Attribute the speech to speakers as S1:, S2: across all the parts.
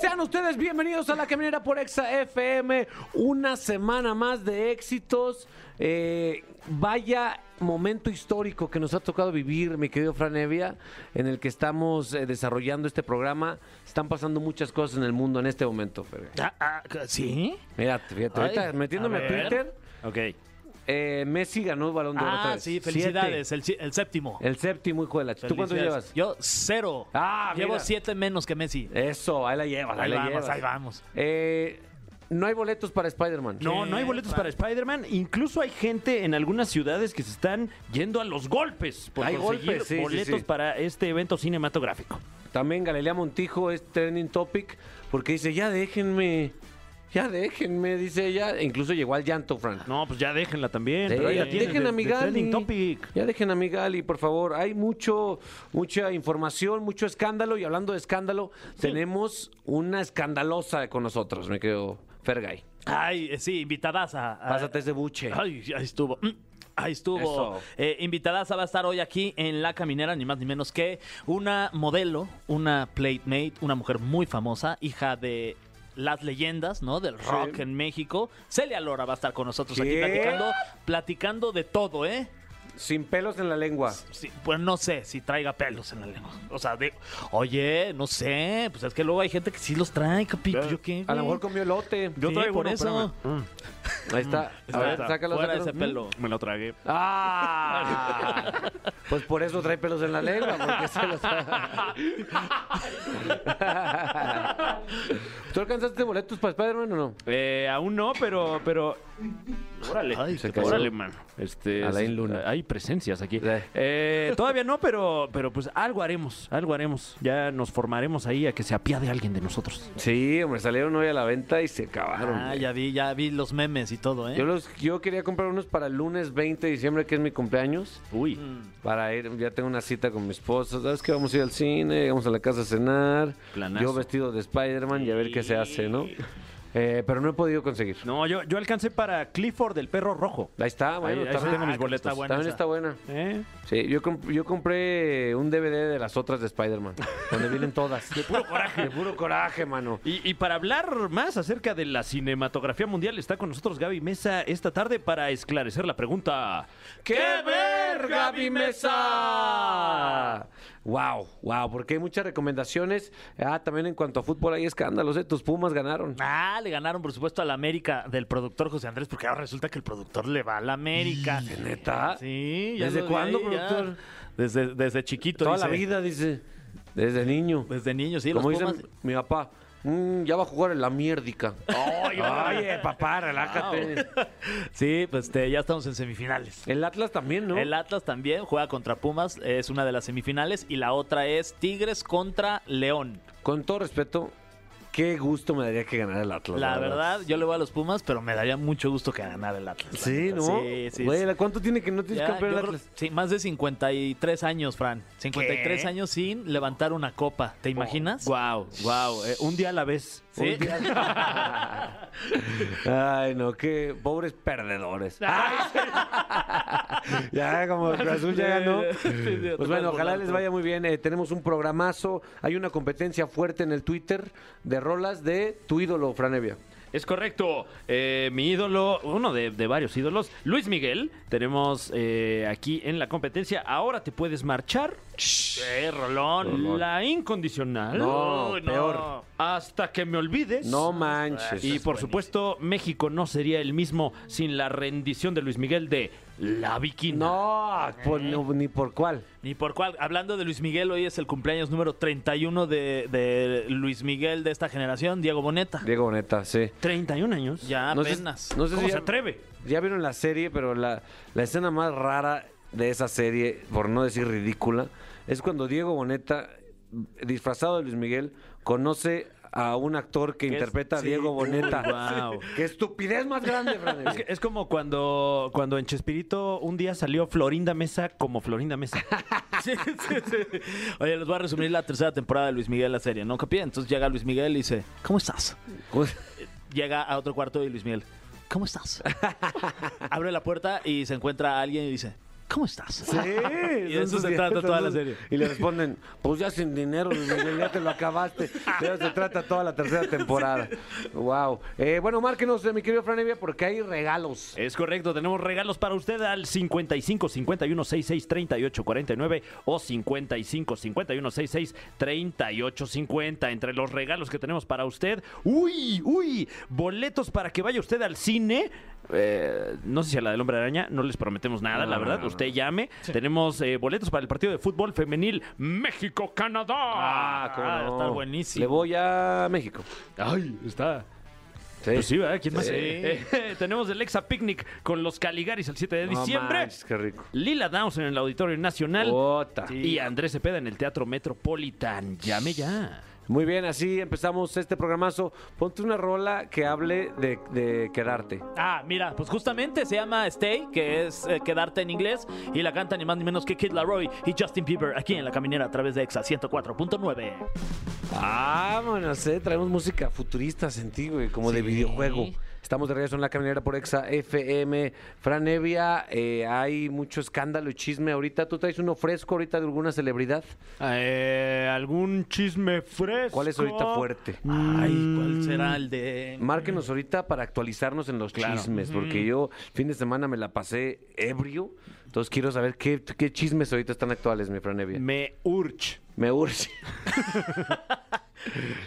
S1: Sean ustedes bienvenidos a La Caminera por Exa FM. Una semana más de éxitos. Eh, vaya momento histórico que nos ha tocado vivir, mi querido Fran Evia, en el que estamos eh, desarrollando este programa. Están pasando muchas cosas en el mundo en este momento. Fer.
S2: Ah, ah, ¿Sí?
S1: Mira, fíjate, ahorita
S2: Ay,
S1: metiéndome
S2: a
S1: a
S2: ver.
S1: Twitter,
S3: Ok.
S1: eh, Messi ganó el balón de oro. otra
S2: Ah,
S1: vez.
S2: sí,
S1: Siete.
S2: felicidades, el, chi- el séptimo.
S1: El séptimo, hijo de la ch- ¿Tú cuánto
S2: Felicidades.
S1: llevas?
S2: Yo cero.
S1: Ah,
S2: Llevo
S1: mira.
S2: siete menos que Messi.
S1: Eso, ahí la llevas. Ahí,
S2: Ahí
S1: la
S2: vamos,
S1: llevas.
S2: ahí vamos.
S1: Eh, no hay boletos para Spider-Man.
S3: No,
S2: ¿Qué?
S3: no hay boletos para Spider-Man. Incluso hay gente en algunas ciudades que se están yendo a los golpes por
S1: Hay
S3: conseguir
S1: golpes, sí, sí,
S3: boletos
S1: sí.
S3: para este evento cinematográfico.
S1: También Galilea Montijo es trending topic porque dice, ya déjenme, ya déjenme, dice ella. E incluso llegó al llanto, Frank.
S3: No, pues ya déjenla también.
S1: Sí,
S3: pero ahí la tienen
S1: dejen
S3: de-
S1: a mi
S3: de
S1: Gali.
S3: trending topic.
S1: Ya dejen a mi Gali, por favor. Hay mucho, mucha información, mucho escándalo. Y hablando de escándalo, tenemos una escandalosa con nosotros, me quedo Fergay.
S2: Ay, eh, sí, invitadas a. a-
S1: Pásate ese buche.
S2: Ay, ahí estuvo. Mm, Ahí estuvo.
S1: Eso.
S2: Eh, invitadaza va a estar hoy aquí en La Caminera, ni más ni menos que una modelo, una platemate, una mujer muy famosa, hija de las leyendas, ¿no? Del rock en México. Celia Lora va a estar con nosotros aquí
S1: ¿Qué?
S2: platicando, platicando de todo, ¿eh?
S1: Sin pelos en la lengua.
S2: Sí, pues no sé si traiga pelos en la lengua. O sea, de, oye, no sé. Pues es que luego hay gente que sí los trae, capito. ¿Yo qué?
S1: A lo
S2: güey?
S1: mejor comió lote.
S2: Sí, por eso.
S1: Mm. Ahí está. A ver,
S2: Está
S1: sácalo,
S2: fuera
S1: sácalo.
S2: ese pelo.
S3: Mm. Me lo tragué.
S1: ¡Ah! Pues por eso trae pelos en la lengua, porque se los... ¿Tú alcanzaste boletos para Spider-Man o no?
S3: Eh, aún no, pero, pero. Órale,
S2: Ay,
S1: se cayó.
S3: órale, man. Este,
S1: Alain Luna.
S3: Hay presencias aquí.
S1: Sí.
S3: Eh, todavía no, pero, pero pues algo haremos, algo haremos. Ya nos formaremos ahí a que se apiade alguien de nosotros.
S1: Sí, hombre, salieron hoy a la venta y se acabaron.
S2: Ah, ya vi, ya vi los memes y todo, ¿eh?
S1: eh. yo, los, yo quería comprar unos para el lunes 20 de diciembre, que es mi cumpleaños.
S3: Uy.
S1: Mm. Para ir, ya tengo una cita con mi esposa. ¿Sabes qué? Vamos a ir al cine, vamos a la casa a cenar.
S3: Planazo.
S1: Yo vestido de Spider-Man y a ver qué se hace, ¿no? Eh, pero no he podido conseguir.
S3: No, yo, yo alcancé para Clifford, el perro rojo.
S1: Ahí está, bueno,
S3: ahí
S1: está
S3: sí tengo mis
S1: Ah,
S3: boletos.
S2: está buena
S1: También
S2: esa.
S1: está buena.
S3: ¿Eh?
S1: Sí, yo, comp- yo compré un DVD de las otras de Spider-Man, donde vienen todas. De puro coraje. De puro coraje, mano.
S3: Y, y para hablar más acerca de la cinematografía mundial, está con nosotros Gaby Mesa esta tarde para esclarecer la pregunta.
S1: ¡Qué ver, Gaby Mesa! Wow, wow, porque hay muchas recomendaciones. Ah, también en cuanto a fútbol hay escándalos, ¿eh? Tus Pumas ganaron.
S2: Ah, le ganaron, por supuesto, a la América del productor José Andrés, porque ahora resulta que el productor le va a la América.
S1: ¿Neta?
S2: Sí, ya
S1: ¿Desde
S2: lo vi
S1: cuándo,
S2: ahí, ya.
S1: productor?
S2: Desde, desde chiquito.
S1: Toda
S2: dice.
S1: la vida, dice. Desde niño.
S2: Desde niño, sí.
S1: Como
S2: los
S1: dice
S2: Pumas-
S1: mi papá, "Mm, ya va a jugar Ah. en la mierdica. Oye, papá, relájate.
S2: Sí, pues este, ya estamos en semifinales.
S1: El Atlas también, ¿no?
S2: El Atlas también juega contra Pumas, es una de las semifinales, y la otra es Tigres contra León.
S1: Con todo respeto, qué gusto me daría que ganara el Atlas.
S2: La verdad, yo le voy a los Pumas, pero me daría mucho gusto que ganara el Atlas. Pues la
S1: Sí,
S2: neta.
S1: ¿no?
S2: Sí, sí.
S1: Güey,
S2: sí.
S1: ¿cuánto tiene que no tienes
S2: Ya,
S1: campeón
S2: yo
S1: el
S2: creo-
S1: Atlas?
S2: sí, más de 53 años, Fran. 53 años sin levantar una copa, ¿te imaginas?
S3: Wow, wow. eh, un día a la vez.
S2: Sí.
S1: Ay, no, qué pobres perdedores. ya, como el Cruz Azul ya ganó.
S2: Sí, sí, sí,
S1: Pues bueno, ojalá
S2: total,
S1: les
S2: total, total.
S1: vaya muy bien. Eh, tenemos un programazo. Hay una competencia fuerte en el Twitter de rolas de tu ídolo, Franevia.
S3: Es correcto. Eh, mi ídolo, uno de, de varios ídolos, Luis Miguel. Tenemos eh, aquí en la competencia. Ahora te puedes marchar.
S2: Eh, Rolón.
S1: Rolón.
S3: La incondicional.
S1: No,
S2: Uy, no.
S1: peor.
S3: Hasta que me olvides.
S1: No manches.
S3: Y por supuesto, México no sería el mismo sin la rendición de Luis Miguel de La Bikini.
S1: No, por- no, ni por cuál.
S2: Ni por cuál. Hablando de Luis Miguel, hoy es el cumpleaños número 31 de, de Luis Miguel de esta generación, Diego Boneta.
S1: Diego Boneta, sí.
S3: 31 años.
S2: Ya
S1: No sé-
S2: apenas.
S1: no sé
S3: ¿Cómo
S1: si
S3: se
S1: ya-
S3: atreve?
S1: Ya vieron la serie, pero la, la escena más rara de esa serie, por no decir ridícula, es cuando Diego Boneta, disfrazado de Luis Miguel, conoce a un actor que
S3: Que es-
S1: interpreta a
S3: sí.
S1: Diego Boneta.
S3: Guau.
S1: ¡Qué estupidez más grande, Fran
S3: Es, que- es como cuando, cuando en Chespirito un día salió Florinda Mesa como Florinda Mesa.
S2: Sí, sí, sí. Oye, les voy a resumir la tercera temporada de Luis Miguel, la serie, ¿no? ¿Capía? Entonces llega Luis Miguel y dice, ¿cómo estás? pues, Llega a otro cuarto y Luis Miguel, ¿cómo estás? Abre la puerta y se encuentra a alguien y dice, ¿cómo estás?
S1: Sí,
S2: Y de eso
S1: son
S2: se trata
S1: sus-
S2: toda la serie.
S1: Y le responden, pues ya sin dinero, Luis Miguel, ya te lo acabaste. De eso se trata toda la tercera temporada. Wow. bueno, márquenos, eh, mi querido Franevia, porque hay regalos.
S3: Es correcto, tenemos regalos para usted al 55 51 66 38 49 o 55 51 66 38 50. Entre los regalos que tenemos para usted, uy, uy, boletos para que vaya usted al cine. Eh, no sé si a la del hombre araña, no les prometemos nada, la verdad. Usted llame. Tenemos eh, boletos para el partido de fútbol femenil México-Canadá.
S2: Ah, cómo no. está
S1: Le
S2: buenísimo.
S1: voy a México.
S3: Ay, está.
S1: Sí.
S3: Pues sí, ¿verdad? ¿Quién más?
S2: Sí.
S3: Eh, tenemos el Exa Picnic con los Caligaris el 7 de
S1: No
S3: diciembre.
S1: manches, qué rico.
S3: Lila Downs en el Auditorio Nacional.
S1: Ota.
S3: Y Andrés Cepeda en el Teatro Metropolitan. Llame ya.
S1: Muy bien, así empezamos este programazo. Ponte una rola que hable de, de quedarte.
S2: Ah, mira, pues justamente se llama Stay, que es eh, quedarte en inglés, y la canta ni más ni menos que Kid Laroi y Justin Bieber aquí en La Caminera a través de Exa 104.9.
S1: Vámonos, eh. Traemos música futurista, sentí, güey, como de
S2: Sí.
S1: videojuego. Estamos de regreso en la caminera por Exa FM. Fran Evia, eh, hay mucho escándalo y chisme ahorita. ¿Tú traes uno fresco ahorita de alguna celebridad?
S3: Eh, ¿Algún chisme fresco?
S1: ¿Cuál es ahorita fuerte?
S2: Ay, ¿cuál será el de...?
S1: Márquenos ahorita para actualizarnos en los
S3: Claro.
S1: chismes, porque yo fin de semana me la pasé ebrio. Entonces quiero saber qué, qué chismes ahorita están actuales, mi Fran Evia.
S3: Me urge.
S1: Me urge.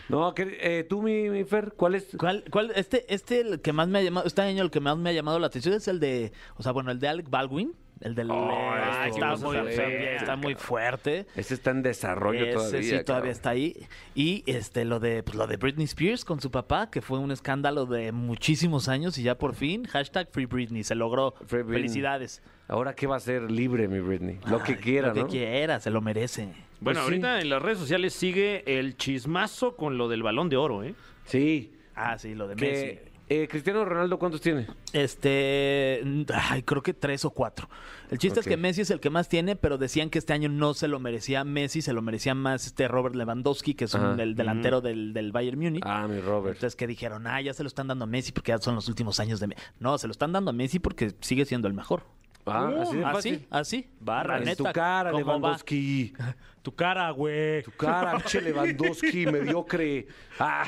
S1: no, que- eh, tú, mi, mi Fer, ¿cuál es?
S2: ¿Cuál, cuál, este, este el que más me ha llamado, este año el que más me ha llamado la atención es el de, o sea, bueno, el de Alec Baldwin, el del eh,
S3: ay, qué
S2: está,
S3: cosa
S2: muy,
S3: tan
S2: está-
S3: fea,
S2: está muy fuerte.
S1: Ese está en desarrollo
S2: Ese
S1: todavía.
S2: sí todavía
S1: cabrón.
S2: está ahí. Y este lo de pues, lo de Britney Spears con su papá, que fue un escándalo de muchísimos años y ya por fin, hashtag Free Britney, se logró.
S1: Free Britney.
S2: Felicidades.
S1: Ahora, ¿qué va a ser libre, mi Britney? Lo que
S2: Ay,
S1: quiera,
S2: Lo que
S1: ¿no?
S2: quiera, se lo merece.
S3: Bueno,
S1: sí.
S3: ahorita en las redes sociales sigue el chismazo con lo del balón de oro, ¿eh?
S1: Sí.
S2: Ah, sí, lo de Messi.
S1: Que, eh, Cristiano Ronaldo, ¿cuántos tiene?
S2: Este, mm, ay, creo que tres o cuatro. El chiste
S1: Ok.
S2: es que Messi es el que más tiene, pero decían que este año no se lo merecía Messi, se lo merecía más este Robert Lewandowski, que es un-
S1: Ajá. Mm.
S2: el delantero del, del Bayern Múnich.
S1: Ah, mi Robert.
S2: Entonces que dijeron, ah, ya se lo están dando a Messi porque ya son los últimos años de... Me-". No, se lo están dando a Messi porque sigue siendo el mejor. Uh,
S1: Ah, así de
S2: Así,
S1: fácil.
S2: así.
S1: Barra,
S2: Ah, La
S1: en
S2: neta,
S1: tu cara,
S2: ¿cómo va?
S1: Lewandowski.
S2: Tu cara, güey.
S1: Tu cara, che, Lewandowski, mediocre. Ah.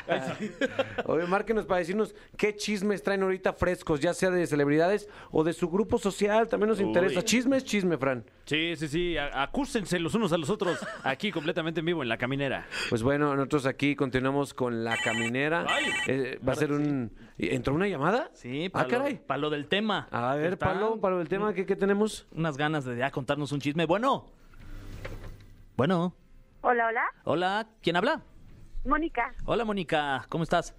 S1: Oye, márquenos para decirnos qué chismes traen ahorita frescos, ya sea de celebridades o de su grupo social, también nos
S3: Uy.
S1: interesa. Chisme es chisme, Fran.
S3: Sí, sí, sí. a- Acúsense los unos a los otros aquí completamente en vivo en la caminera.
S1: Pues bueno, nosotros aquí continuamos con la caminera.
S3: Ay.
S1: Eh, va a ser un... ¿Entró una llamada?
S2: Sí,
S1: Ah,
S2: para,
S1: caray.
S2: lo, para lo del tema.
S1: A ver,
S2: Está-
S1: Palo, Palo, el tema que, que tenemos.
S2: Unas ganas de ya contarnos un chisme. Bueno. Bueno.
S4: Hola, hola.
S2: Hola, ¿quién habla?
S4: Mónica,
S2: Hola, Mónica, ¿cómo estás?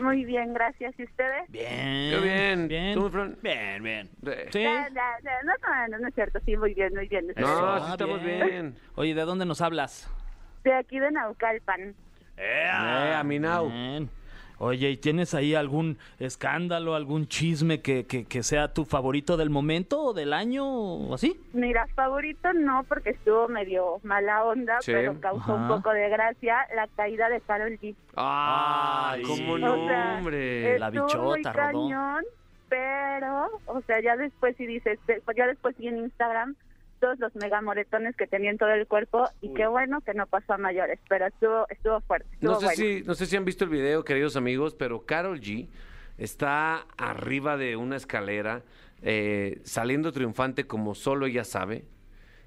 S4: muy bien, gracias. ¿Y ustedes?
S2: Bien.
S1: Yo bien.
S2: Bien.
S1: ¿Tú, Fran?
S3: Bien, bien.
S1: De-
S2: Sí.
S4: No, no, no, no, no es cierto. Sí, muy bien, muy bien. Este,
S1: No,
S2: Ah,
S1: sí estamos bien.
S2: Oye, ¿de dónde nos hablas?
S4: De aquí de Naucalpan.
S1: Eh, a mi now.
S2: Bien. Oye, ¿y tienes ahí algún escándalo, algún chisme que, que- que sea tu favorito del momento o del año o así?
S4: Mira, favorito no, porque estuvo medio mala onda,
S1: Sí.
S4: pero causó un
S2: Ajá.
S4: poco de gracia la caída de Carol G.
S1: Ah,
S2: Ay,
S1: cómo
S2: sí.
S1: no,
S4: O sea,
S1: hombre.
S2: la
S4: Estuvo muy
S2: bichota, Rodó.
S4: cañón, pero, o sea, ya después si dices, de- pues, ya después sí en Instagram todos los megamoretones que tenía en todo el cuerpo y qué bueno que no pasó a mayores, pero estuvo estuvo fuerte. Estuvo
S1: No sé,
S4: bueno.
S1: si, no sé si han visto el video, queridos amigos, pero Carol G está arriba de una escalera, eh, saliendo triunfante como solo ella sabe.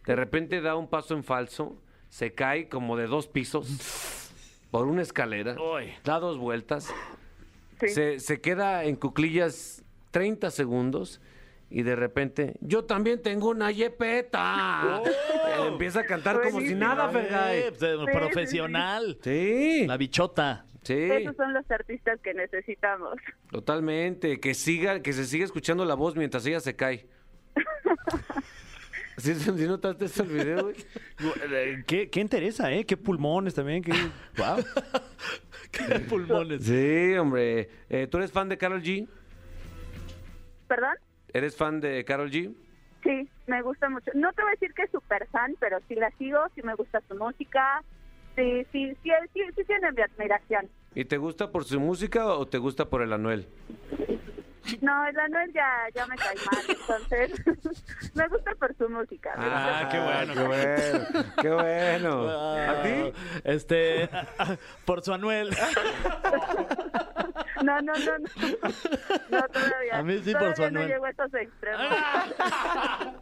S1: De repente da un paso en falso, se cae como de dos pisos por una escalera,
S3: Uy.
S1: da dos vueltas,
S4: Sí.
S1: se, se queda en cuclillas 30 segundos. Y de repente, yo también tengo una yepeta. Eh, Empieza a cantar como si
S4: Buenísimo.
S1: nada,
S2: Eh,
S1: Fergay.
S2: pues, eh, profesional.
S1: Sí.
S2: La bichota.
S1: Sí.
S4: Esos son los artistas que necesitamos.
S1: Totalmente, que siga, que se siga escuchando la voz mientras ella se cae. ¿Sí, sí notaste eso el video, güey? ¿eh?
S3: ¿Qué, qué interesa, eh? ¿Qué pulmones también? ¿Qué... Wow.
S2: Pulmones.
S1: Sí, hombre. Eh, ¿Tú eres fan de Carol G?
S4: ¿Perdón?
S1: ¿Eres fan de Carol G?
S4: Sí, me gusta mucho. No te voy a decir que es super fan, pero sí la sigo, sí me gusta su música. Sí, sí, sí, sí, sí tiene mi admiración.
S1: ¿Y te gusta por su música o te gusta por el Anuel?
S4: No, el Anuel ya, ya me cae mal, entonces me gusta por su música. me gusta
S2: Ah, qué bueno.
S1: Qué bueno. Qué bueno. ¿A ti?
S2: Este, a- a- por su Anuel.
S4: No, no, no, no. No, todavía.
S2: A mí sí, por
S4: todavía
S2: su
S4: no
S2: Anuel.
S4: llego a esos extremos.
S2: Ah.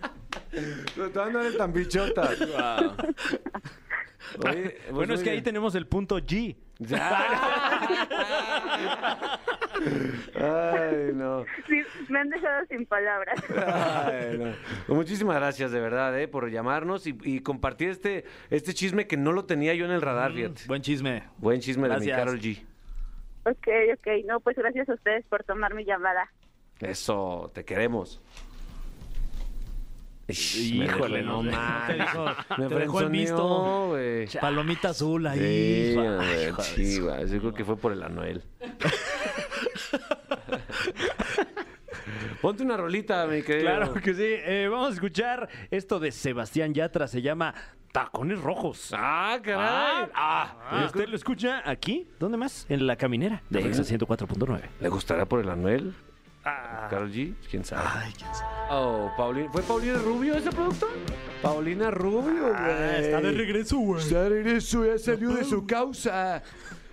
S1: Tú todavía no eres tan bichota. Oye, pues
S3: Bueno, es
S1: muy
S3: que ahí
S1: bien.
S3: tenemos el punto G.
S1: Ay, no.
S4: Sí, me han dejado sin palabras.
S1: Ay, no. pues Muchísimas gracias de verdad eh, por llamarnos y, y compartir este, este chisme que no lo tenía yo en el radar, fíjate.
S2: Buen chisme.
S1: Buen chisme de mi
S2: Mm. Gracias.
S1: Carol G.
S4: Ok, ok. No, pues gracias a ustedes por tomar mi llamada.
S1: Eso, te queremos.
S3: Híjole, no
S2: Te dijo,
S1: Me
S2: te dejó el
S1: frenzoneó,
S2: visto.
S1: güey.
S2: Palomita azul ahí.
S1: Sí,
S2: hijo.
S1: a
S2: Ay,
S1: ver,
S2: hijo de
S1: sí,
S2: su-
S1: va, yo creo que fue por el Anuel. Ponte una rolita, mi querido.
S3: Claro que sí. Eh, vamos a escuchar esto de Sebastián Yatra. Se llama Tacones Rojos.
S1: Ah,
S3: Ah,
S1: caray.
S3: ah. ¿Y usted lo escucha aquí? ¿Dónde más? En la caminera de Exa 104.9.
S1: ¿Le gustará por el Anuel? Carol G, Ah. quién sabe.
S2: Ay, quién sabe.
S1: Oh, Paulina. ¿Fue Paulina Rubio ese productor? Ah, Paulina Rubio, güey.
S2: regreso, güey.
S1: Está de regreso, ya salió de su causa.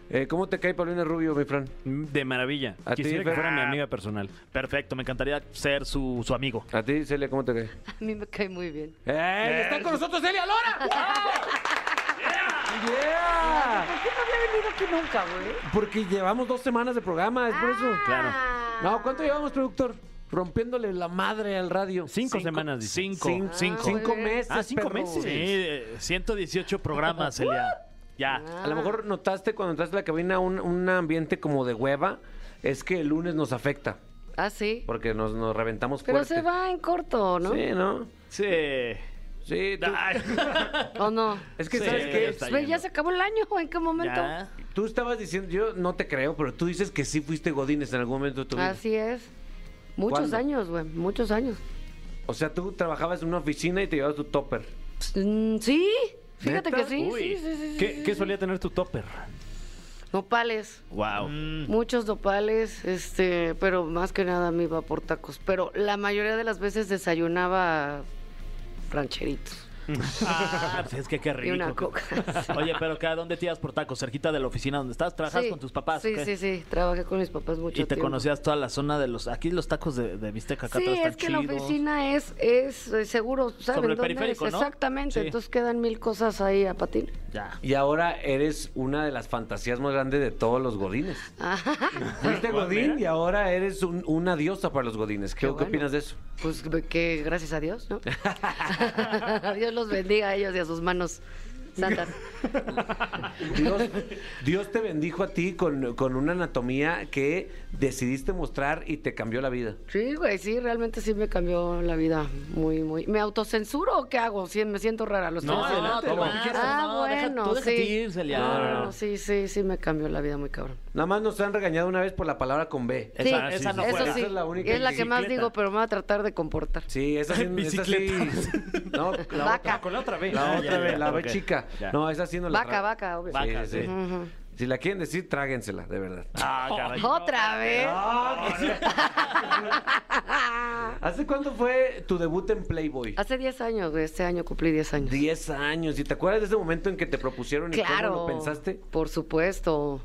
S1: Eh, ¿Cómo te cae Paulina Rubio, mi Fran?
S3: De maravilla.
S1: A ti,
S3: Quisiera que
S1: Fer-
S3: fuera mi amiga personal.
S2: Perfecto, me encantaría ser su, su amigo.
S1: ¿A ti, Celia, cómo te cae?
S5: A mí me cae muy bien.
S1: ¡Ey! Eh, ¡Está con nosotros Celia Lora! ¡Wow! ¡Yeah!
S5: ¿Por qué no había venido aquí nunca, güey?
S1: Porque llevamos dos semanas de programa, es por eso.
S5: Claro.
S1: No, ¿cuánto llevamos, productor? Rompiéndole la madre al radio.
S3: Cinco, semanas, dice.
S2: Cinco.
S1: Cin-
S5: cinco.
S1: cinco
S5: Ah, muy bien.
S1: meses.
S3: Ah, cinco
S1: perro.
S3: meses.
S2: Sí, eh, 118 programas, Celia. Ya.
S1: A lo mejor notaste cuando entraste a la cabina un, un ambiente como de hueva. Es que el lunes nos afecta,
S5: Ah, sí.
S1: porque nos, nos reventamos
S5: Pero
S1: fuerte.
S5: se va en corto, ¿no?
S1: Sí, ¿no?
S2: Sí.
S1: Sí, tú-
S5: ¿O no?
S1: es que
S2: Sí,
S1: sabes
S2: ya
S1: que
S2: está.
S5: Pero ya
S2: yendo.
S5: se acabó el año, ¿en qué momento?
S2: Ya.
S1: tú estabas diciendo, yo no te creo, pero tú dices que sí fuiste Godínez en algún momento de tu vida.
S5: Así es. Muchos
S1: ¿Cuándo?
S5: años, güey, muchos años.
S1: O sea, tú trabajabas en una oficina y te llevabas tu topper.
S5: Mm, sí, fíjate
S1: ¿Neta?
S5: que sí,
S3: Uy.
S5: sí, sí, sí, sí,
S3: ¿Qué,
S5: sí,
S3: qué
S5: sí.
S3: solía tener tu topper?
S5: Nopales,
S3: Wow.
S2: Mm.
S5: muchos nopales, este, pero más que nada me iba por tacos. Pero la mayoría de las veces desayunaba rancheritos.
S2: Ah, pues es que qué rico.
S5: Y una coca. Sí.
S2: Oye, pero ¿qué, ¿a dónde te ibas por tacos? ¿Cerquita de la oficina donde estás? ¿Trabajas
S5: Sí,
S2: con tus papás?
S5: Sí,
S2: o qué?
S5: sí, sí, trabajé con mis papás mucho
S2: Y te
S5: tiempo.
S2: conocías toda la zona de los... Aquí los tacos de, de bistec acá
S5: Sí,
S2: atrás están
S5: es que la
S2: chidos.
S5: oficina es, es eh, seguro, ¿saben
S2: Sobre el
S5: dónde
S2: periférico,
S5: es?
S2: ¿no?
S5: Exactamente,
S2: Sí.
S5: entonces quedan mil cosas ahí a patín.
S2: Ya.
S1: Y ahora eres una de las fantasías más grandes de todos los godines. Fuiste godín y ahora eres un- una diosa para los godines. ¿Qué,
S5: Qué
S1: qué
S5: bueno.
S1: opinas de eso?
S5: Pues que gracias a Dios, ¿no? Dios los bendiga a ellos y a sus manos santas.
S1: Dios, Dios te bendijo a ti con, con una anatomía que decidiste mostrar y te cambió la vida.
S5: Sí, güey, sí, realmente sí me cambió la vida muy, muy. ¿Me autocensuro o qué hago? Sí, me siento rara, los
S2: No, no,
S3: adelante,
S2: tú
S3: güey.
S2: vas,
S5: Ah,
S2: no, deja-
S5: bueno,
S2: tú déjate
S5: sí. Ah.
S2: ir, Celia.
S5: No, no, no, sí, sí, sí me cambió la vida muy cabrón.
S1: Nada más nos han regañado una vez por la palabra con B.
S5: Sí,
S2: Esa, esa no
S5: eso
S2: fue.
S5: sí,
S1: Esa es la única
S5: es la que más
S3: bicicleta.
S5: digo, pero me voy a tratar de comportar.
S1: Sí, esa sí. esa sí-
S2: Bicicletas.
S1: No, la
S5: Vaca.
S3: Con la otra vez.
S1: otra, la
S3: Ah,
S1: otra
S3: ya,
S1: vez,
S3: ya,
S1: la
S3: ok.
S1: B chica.
S3: Ya.
S1: No, esa sí no la
S5: Vaca,
S1: tra-
S5: vaca, obvio.
S1: Sí,
S2: Vaca,
S1: sí, sí. Si la quieren decir, tráguensela, de verdad.
S3: Ah,
S5: Oh,
S3: caray.
S5: Otra vez.
S3: Ah,
S1: ¿Hace cuánto fue tu debut en Playboy?
S5: Hace 10 años, güey, este año cumplí 10 años.
S1: 10 años. ¿Y te acuerdas de ese momento en que te propusieron y
S5: Claro.
S1: cómo lo pensaste?
S5: Por supuesto.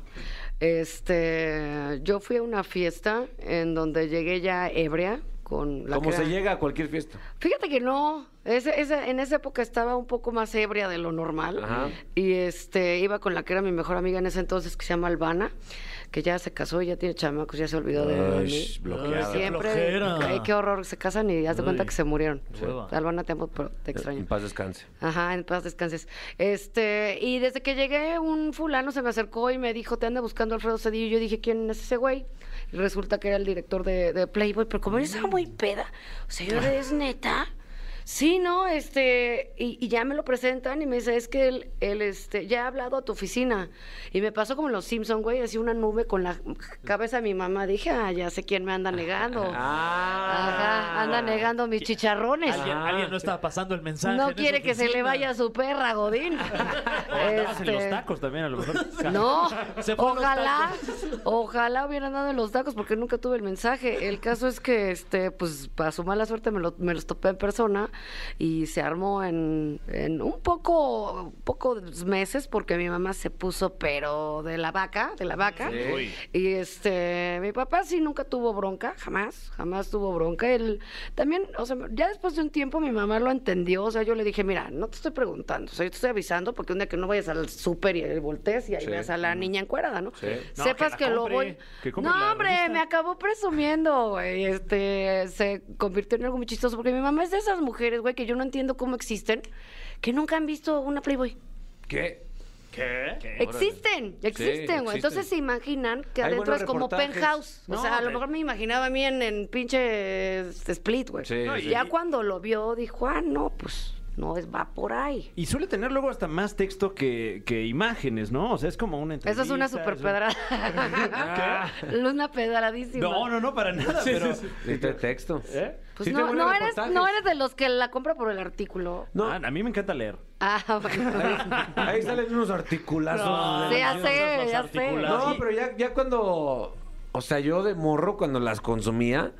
S5: Este, yo fui a una fiesta en donde llegué ya ebria con la
S1: Como
S5: que
S1: se
S5: era-
S1: llega a cualquier fiesta.
S5: Fíjate que no, ese- ese- en esa época estaba un poco más ebria de lo normal
S1: Ajá.
S5: y este iba con la que era mi mejor amiga en ese entonces que se llama Albana, que ya se casó y ya tiene chamacos, ya se olvidó de, de
S1: Ay,
S5: mí.
S1: sh, bloqueada.
S5: Ay, Siempre,
S2: Qué flojera.
S5: ay, qué horror, se casan y haz de cuenta
S2: Ay,
S5: que se murieron.
S2: hueva. Eh,
S5: Albana, te amo, pero te extraño.
S1: En paz descanse.
S5: Ajá, en paz descanses. Este, y desde que llegué, un fulano se me acercó y me dijo, te anda buscando Alfredo Cedillo. Yo dije, ¿quién es ese güey? Y resulta que era el director de, de Playboy, pero como yo estaba muy peda, o sea, yo de, es neta. Sí, no, este, y, y ya me lo presentan y me dice, es que él, él, este, ya he hablado a tu oficina. Y me pasó como en los Simpson, güey, así una nube con la cabeza de mi mamá. Dije, ah, ya sé quién me anda negando.
S1: Ah.
S5: Ajá, anda negando mis chicharrones.
S2: Alguien, alguien no estaba pasando el mensaje.
S5: No
S2: en
S5: quiere
S2: esa
S5: que se le
S2: oficina.
S5: vaya su perra, Godín.
S3: Andas en los
S5: Este,
S3: tacos también, a lo mejor.
S5: No,
S2: Se fue a los
S5: ojalá,
S2: tacos.
S5: ojalá hubiera andado en los tacos porque nunca tuve el mensaje. El caso es que, este, pues, para su mala suerte me, lo- me los topé en persona y se armó en, en un poco, pocos meses porque mi mamá se puso, pero de la vaca, de la vaca. Y este, mi papá sí nunca tuvo bronca, jamás, jamás tuvo bronca. Él también, o sea, ya después de un tiempo mi mamá lo entendió. O sea, yo le dije, mira, no te estoy preguntando, o sea, yo te estoy avisando porque un día que no vayas al súper y voltees y ahí veas a la niña encuerada, ¿no?
S3: No,
S5: Sepas
S3: que
S5: que,
S3: la
S5: lo
S3: compre,
S5: voy.
S3: que compre la
S5: no, hombre,
S3: revista.
S5: me acabó presumiendo, güey. Este, se convirtió en algo muy chistoso porque mi mamá es de esas mujeres, güey, que yo no entiendo cómo existen, que nunca han visto una Playboy.
S1: ¿Qué?
S3: ¿Qué?
S5: Existen, existen,
S1: existen.
S5: güey. Entonces se imaginan que
S1: Hay
S5: adentro
S1: buenos
S5: es como
S1: reportajes.
S5: penthouse.
S3: No,
S5: o sea, a lo
S3: hombre.
S5: mejor me imaginaba a mí en, en pinche este, split, güey.
S1: Sí, No, y-
S5: ya cuando lo vio, dijo, ah, no, pues no, es va por ahí.
S3: Y suele tener luego hasta más texto que, que imágenes, ¿no? O sea, es como una entrevista.
S5: Eso es una
S3: un-
S5: super pedrada. una pedradísima.
S3: No, no, no, para nada. pero...
S1: Sí, te texto.
S3: ¿Eh?
S5: Pues
S1: Sí,
S5: no,
S1: tengo
S5: no
S1: buenos
S5: eres,
S1: reportajes.
S5: no eres de los que la compra por el artículo.
S1: No.
S3: Ah, a mí me encanta leer.
S5: Ah, bueno.
S1: Ahí salen unos articulazos.
S2: No,
S5: Sí,
S1: de-
S5: ya
S2: no
S5: sé,
S2: seas más
S5: ya sé.
S2: articulado.
S1: No, pero ya, ya cuando. O sea, yo de morro, cuando las consumía,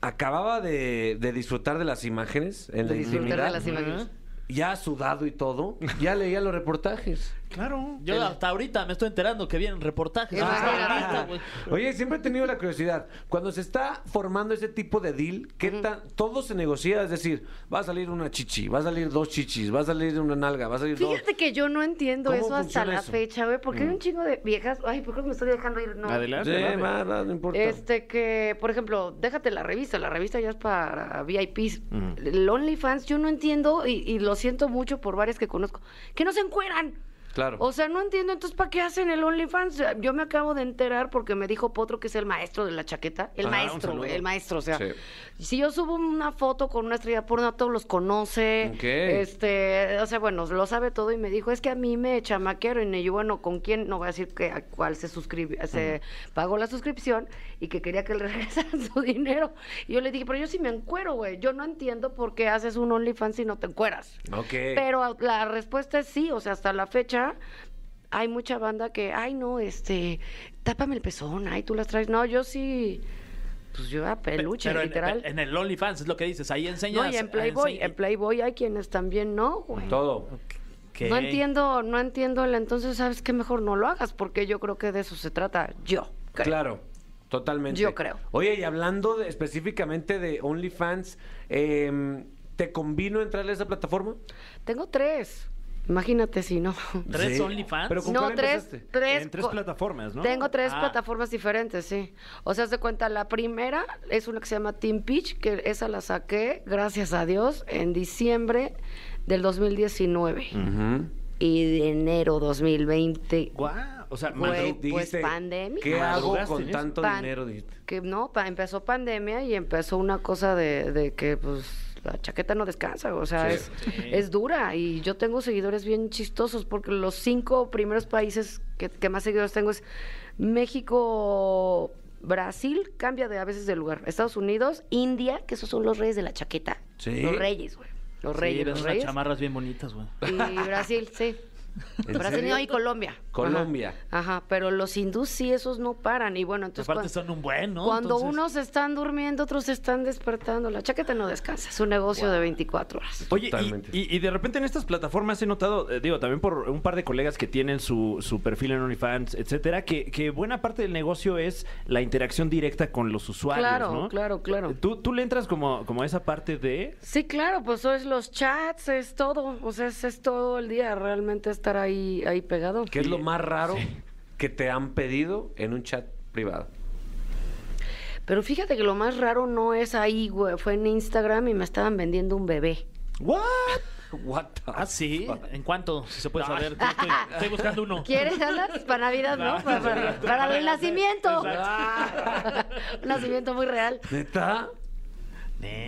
S1: acababa de, de disfrutar de las imágenes en la
S5: De disfrutar de
S1: intimidad.
S5: las imágenes.
S1: Ya sudado y todo, ya leía los reportajes.
S3: Claro.
S2: Yo hasta ahorita me estoy enterando que vienen reportajes.
S5: Ah.
S2: Hasta ahorita, güey.
S1: Oye, siempre he tenido la curiosidad. Cuando se está formando ese tipo de deal, ¿qué tan, todo se negocia? Es decir, va a salir una chichi, va a salir dos chichis, va a salir una nalga, va a salir dos.
S5: Fíjate que yo no entiendo
S1: ¿Cómo
S5: eso hasta
S1: funciona
S5: la
S1: eso? Mm.
S5: fecha, güey, porque hay un chingo de viejas. Ay, ¿por qué me estoy dejando ir? No.
S1: Sí,
S3: Adelante. adelante.
S1: va, va, no importa.
S5: Este que, por ejemplo, déjate la revista, la revista ya es para VIPs.
S1: Mm.
S5: El OnlyFans, yo no entiendo y, y lo siento mucho por varias que conozco, que no se encueran.
S1: Claro.
S5: O sea, no entiendo, entonces, ¿para qué hacen el OnlyFans? Yo me acabo de enterar porque me dijo Potro, que es el maestro de la chaqueta. El
S3: Ah, un
S5: maestro,
S3: saludo.
S5: güey, el maestro, o sea.
S1: Sí.
S5: Si yo subo una foto con una estrella porno, a todos los conoce.
S1: Ok.
S5: Este, o sea, bueno, lo sabe todo y me dijo, es que a mí me chamaquearon. Y yo, bueno, ¿con quién? No voy a decir que a cuál se suscribió, se pagó la suscripción y que quería que le regresaran su dinero. Y yo le dije, pero yo sí me encuero, güey. Yo no entiendo por qué haces un OnlyFans si no te encueras.
S1: Ok.
S5: Pero a- la respuesta es sí, o sea, hasta la fecha hay mucha banda que, ay, no, este, tápame el pezón, ay, tú las traes. No, yo sí, pues yo a peluche,
S2: Pero en-
S5: literal.
S2: En, el OnlyFans es lo que dices. Ahí enseñas.
S5: no, y en Playboy,
S2: enseñ-
S5: en Playboy hay quienes también no, güey.
S1: Todo.
S2: ¿Qué?
S5: No entiendo, no entiendo el entonces, ¿sabes qué? Mejor no lo hagas, porque yo creo que de eso se trata yo. creo.
S1: Claro, totalmente.
S5: Yo creo.
S1: Oye, y hablando de- específicamente de OnlyFans, eh, ¿te convino entrarle a esa plataforma?
S5: Tengo tres, imagínate si no.
S2: ¿Tres
S1: Sí.
S2: OnlyFans?
S1: Pero con-
S5: No,
S1: cuál
S5: tres,
S1: empezaste?
S5: tres.
S3: En tres
S5: co-
S3: plataformas, ¿no?
S5: Tengo tres
S2: Ah.
S5: plataformas diferentes, sí. O sea, haz de cuenta, la primera es una que se llama Team Pitch, que esa la saqué, gracias a Dios, en diciembre del 2019.
S1: Mm.
S5: Y de enero 2020.
S3: Guau. O sea,
S5: Güey,
S3: madru-
S5: pues, pandemia.
S1: ¿Qué hago
S3: Madrugaste
S1: con
S3: en eso.
S1: tanto
S5: Pan-
S1: dinero? dijiste?
S5: Que no, pa- empezó pandemia y empezó una cosa de, de que, pues, la chaqueta no descansa, o sea, es, es dura. Y yo tengo seguidores bien chistosos porque los cinco primeros países que, que más seguidores tengo es México, Brasil, cambia de a veces de lugar, Estados Unidos, India, que esos son los reyes de la chaqueta.
S1: Sí.
S5: Los reyes, güey. Los
S2: Sí,
S5: reyes,
S2: ves
S5: los
S2: unas
S5: reyes.
S2: chamarras bien bonitas, güey.
S5: Y Brasil, sí.
S1: ¿En
S5: Brasil
S1: serio?
S5: no, y Colombia.
S1: Colombia.
S5: Ajá, ajá, pero los hindús sí, esos no paran. Y bueno, entonces.
S2: Aparte
S5: cuan-
S2: son un buen, ¿no?
S5: cuando
S2: Entonces-
S5: unos están durmiendo, otros están despertando. La chaqueta no descansa, es un negocio de 24 horas.
S3: Oye, y-
S1: Totalmente.
S3: y, y de repente en estas plataformas he notado, eh, digo, también por un par de colegas que tienen su, su perfil en OnlyFans, etcétera, que, que buena parte del negocio es la interacción directa con los usuarios,
S5: Claro,
S3: ¿no? Eh,
S5: claro, claro.
S3: Tú, tú le entras como, como a esa parte de...
S5: Sí, claro, pues es los chats, es todo. O sea, es, es todo el día realmente estar ahí, ahí pegado.
S1: ¿Qué es lo más raro que te han pedido en un chat privado?
S5: Pero fíjate que lo más raro no es ahí, güey. Fue en Instagram y me estaban vendiendo un bebé.
S3: ¿What?
S1: What the
S2: Ah, sí.
S1: fuck?
S2: ¿En cuánto? Si se puede saber. Yo Estoy, estoy buscando uno.
S5: ¿Quieres andas? Para Navidad, ¿no? Para, para- para el nacimiento.
S2: Exacto.
S5: Un nacimiento muy real.
S1: ¿Neta?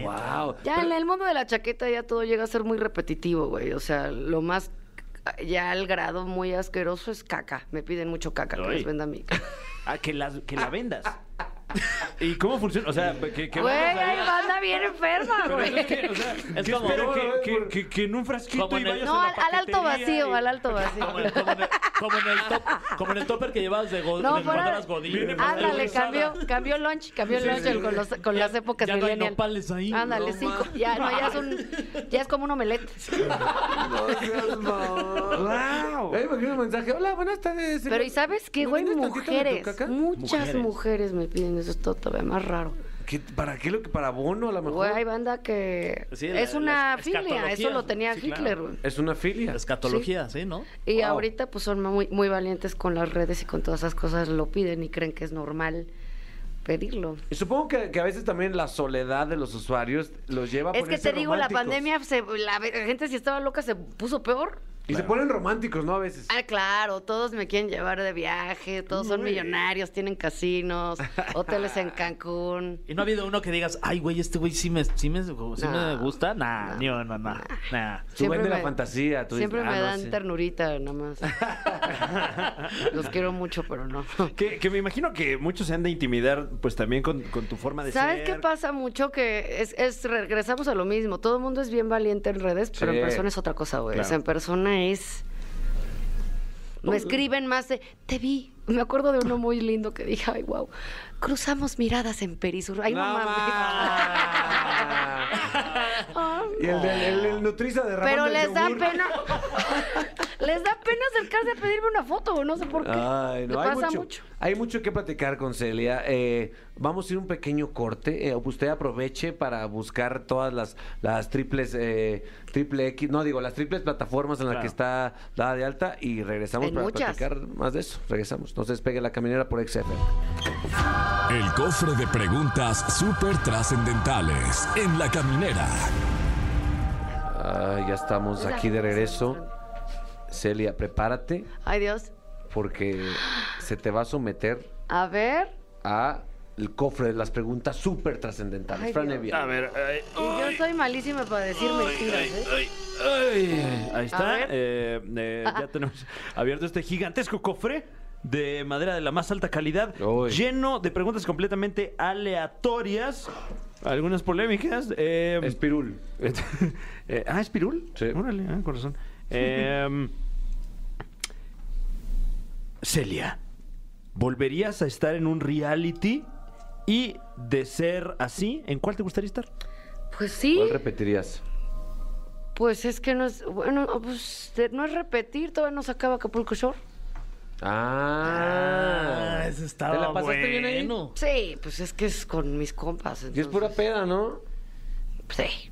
S1: Wow.
S5: Ya en el mundo de la chaqueta ya todo llega a ser muy repetitivo, güey. O sea, lo más ya al grado muy asqueroso es caca. Me piden mucho caca que
S3: Ay.
S5: les venda mi caca.
S3: Ah, que, las, que la vendas.
S5: Ah,
S3: ¿Y cómo funciona? O sea, que, que
S5: Güey,
S3: vendas ahí-
S5: hay banda bien enferma,
S3: Pero eso
S5: güey.
S3: es que, o sea,
S2: Es
S3: ¿qué
S2: como-
S3: espera que, que- que- que en un
S2: Como
S3: frasquito
S2: en
S3: y
S2: el-
S3: vayas
S5: No,
S3: a
S5: al,
S3: la
S5: al alto
S3: paquetería
S5: vacío,
S3: y-
S5: al alto vacío.
S2: Como, en- como en el, como en el top, como en el topper que llevabas de, go,
S5: No,
S2: de
S5: fuera-
S2: cuando eras godín.
S3: Viene
S2: ¿no?
S5: Ándale,
S3: Gonzalo.
S5: cambió, cambió lunch, cambió lunch el con, los- con las épocas
S2: ya no hay
S5: millennial.
S2: nopales ahí,
S5: Ándale,
S2: no
S5: sí,
S2: mames.
S5: ya no, ya es un, ya es como un omelette.
S3: Guau.
S1: Ahí me un mensaje. Hola, buenas tardes.
S5: Pero ¿y sabes qué,
S1: ¿Me
S5: güey?
S1: vendes tantito de tu
S5: Mujeres,
S1: caca?
S5: muchas
S3: Mujeres.
S5: mujeres. me piden eso, es todo todavía más raro.
S1: ¿Qué- ¿Para qué lo que para bono a lo mejor?
S5: Güey, hay banda que
S2: Sí, la-
S5: es
S2: la
S5: una
S2: es-
S5: filia, eso
S2: escatología.
S5: lo tenía
S2: Sí, claro.
S5: Hitler, güey.
S1: Es una filia.
S2: Escatología, sí, ¿no?
S5: Y
S1: Wow.
S5: ahorita pues son muy, muy valientes con las redes y con todas esas cosas, lo piden y creen que es normal pedirlo.
S1: Y Supongo que, que a veces también la soledad de los usuarios los lleva a
S5: Es que
S1: ponerse
S5: te digo, la
S1: románticos.
S5: pandemia, se- la gente si estaba loca se puso peor.
S1: Y se ponen románticos, ¿no? A veces.
S5: Ah, claro, todos me quieren llevar de viaje, todos son millonarios, tienen casinos, hoteles en Cancún.
S2: Y no ha habido uno que digas, ay, güey, este güey sí me, sí me, sí me
S5: No.
S2: gusta. Nah,
S5: No.
S2: ni una, nah, nah.
S1: Tú vende la fantasía. Tú dices,
S5: siempre
S1: "Ah,
S5: me
S1: no,
S5: dan
S1: sí".
S5: ternurita, nada más. Los quiero mucho, pero no.
S3: Que, que me imagino que muchos se han de intimidar, pues también con, con tu forma de
S5: ¿Sabes
S3: ser.
S5: qué pasa mucho? Que es, es- regresamos a lo mismo. Todo el mundo es bien valiente en redes, pero
S1: Sí.
S5: en persona es otra cosa, güey.
S3: Claro.
S5: O sea, en persona es. Me escriben más de, te vi. Me acuerdo de uno muy lindo que dije, ay, wow. Cruzamos miradas en Perisur. Ay, no,
S1: No
S5: mames.
S1: mames.
S5: Ay,
S1: Y el, del- el, el nutriza de
S5: Pero les da pena. les da pena acercarse a pedirme una foto, no sé por qué.
S1: Ay, no,
S5: Me
S1: hay
S5: pasa
S1: mucho,
S5: mucho.
S1: Hay mucho que platicar con Celia. Eh, vamos a ir a un pequeño corte. Eh, usted aproveche para buscar todas las, las triples, eh, triple X, no digo, las triples plataformas en las
S3: Claro.
S1: que está dada de alta y regresamos
S5: En
S1: para
S5: muchas.
S1: platicar más de eso. Regresamos. No se despegue la caminera por XFM.
S6: El cofre de preguntas súper trascendentales en la caminera.
S1: Ay, ya estamos aquí de regreso. Celia, prepárate
S5: Ay, Dios.
S1: porque se te va a someter
S5: A ver.
S1: a el cofre de las preguntas súper trascendentales.
S5: Ay,
S1: Fran
S5: Dios.
S1: Evia.
S3: A ver, ay,
S5: Y yo soy malísima para decir mentiras,
S3: ay,
S5: ¿eh?
S3: ay, ay. ahí está.
S5: ver.
S3: eh, eh, ya tenemos abierto este gigantesco cofre de madera de la más alta calidad,
S1: Uy.
S3: lleno de preguntas completamente aleatorias, algunas polémicas. eh,
S1: Em- Espirul.
S3: Eh, ah, ¿es pirul?
S1: Sí.
S3: Órale, ah, con razón. Eh, Celia, ¿volverías a estar en un reality? Y de ser así, ¿en cuál te gustaría estar?
S5: Pues sí.
S1: ¿Cuál repetirías?
S5: Pues es que no es. Bueno, pues de- no es repetir, todavía no se acaba Acapulco Shore.
S1: Ah,
S2: Ah, ese estaba
S1: ¿Te la pasaste bien ahí?
S2: bueno.
S5: Sí, pues es que es con mis compas.
S1: Y es
S5: entonces-
S1: pura peda, ¿no?
S5: Sí.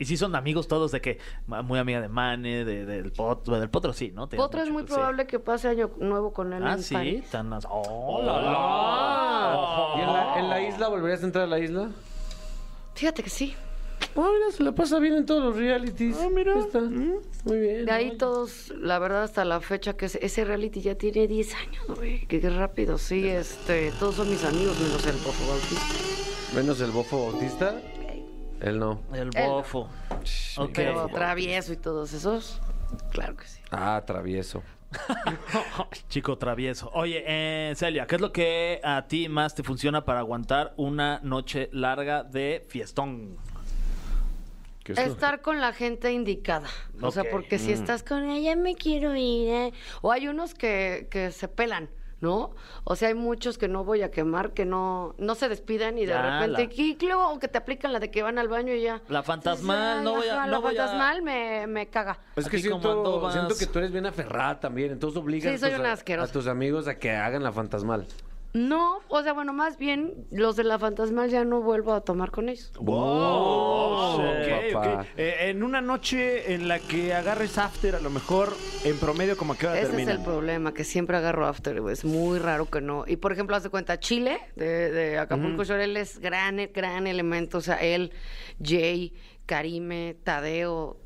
S2: Y sí son amigos todos de que ma- muy amiga de Mane, de, del, potro, del Potro sí, ¿no? Tenías
S5: Potro es
S2: mucho-
S5: muy
S2: sí.
S5: probable que pase año nuevo con él
S2: Ah,
S5: en
S2: sí,
S5: París.
S2: tan más. ¡Oh, la,
S1: Ah.
S2: la!
S1: ¿Y en la, en la isla volverías a entrar a la isla?
S5: Fíjate que sí.
S1: Ah, mira, se la pasa bien en todos los realities. Ah, mira. Muy bien.
S5: De ahí todos, la verdad, hasta la fecha que ese- ese reality ya tiene 10 años, güey. Qué, qué rápido, sí, este, todos son mis amigos, menos el Bofo Bautista.
S1: Menos el bofo autista. Él no.
S2: El
S5: Él-
S2: bofo. Ok.
S5: Pero Travieso y todos esos, claro que sí.
S1: Ah, travieso.
S2: Chico travieso. Oye, eh, Celia, ¿qué es lo que a ti más te funciona para aguantar una noche larga de fiestón?
S1: ¿Qué es eso?
S5: Estar con la gente indicada. O sea,
S2: Ok. Mm.
S5: porque si estás con ella, me quiero ir. eh". O hay unos que, que se pelan, ¿no? O sea, hay muchos que no voy a quemar, que no, no se despiden y de
S2: Ya, la-
S5: repente, y luego que te aplican la de que van al baño y ya.
S2: La fantasmal,
S5: Ay,
S2: no voy a-
S5: ajá,
S2: no
S5: la
S2: voy a-
S5: fantasmal me, me caga.
S1: Es que
S2: Aquí como
S1: siento,
S2: andobas.
S1: siento que tú eres bien aferrada también, entonces obligas
S5: Sí,
S1: a
S5: soy
S1: tus-
S5: una
S1: a,
S5: asquerosa.
S1: a tus amigos a que hagan la fantasmal.
S5: No, o sea, bueno, más bien los de la fantasmal ya no vuelvo a tomar con ellos.
S3: Oh,
S1: Sí,
S3: ok,
S1: papá.
S3: ok. Eh, en una noche en la que agarres after, a lo mejor en promedio, como que hora
S5: Ese
S3: termina.
S5: es el problema, que siempre agarro after, güey, es muy raro que no. Y por ejemplo, haz de cuenta, Chile, de, de Acapulco Shore, él es gran, gran elemento, o sea, él, Jay, Karime, Tadeo,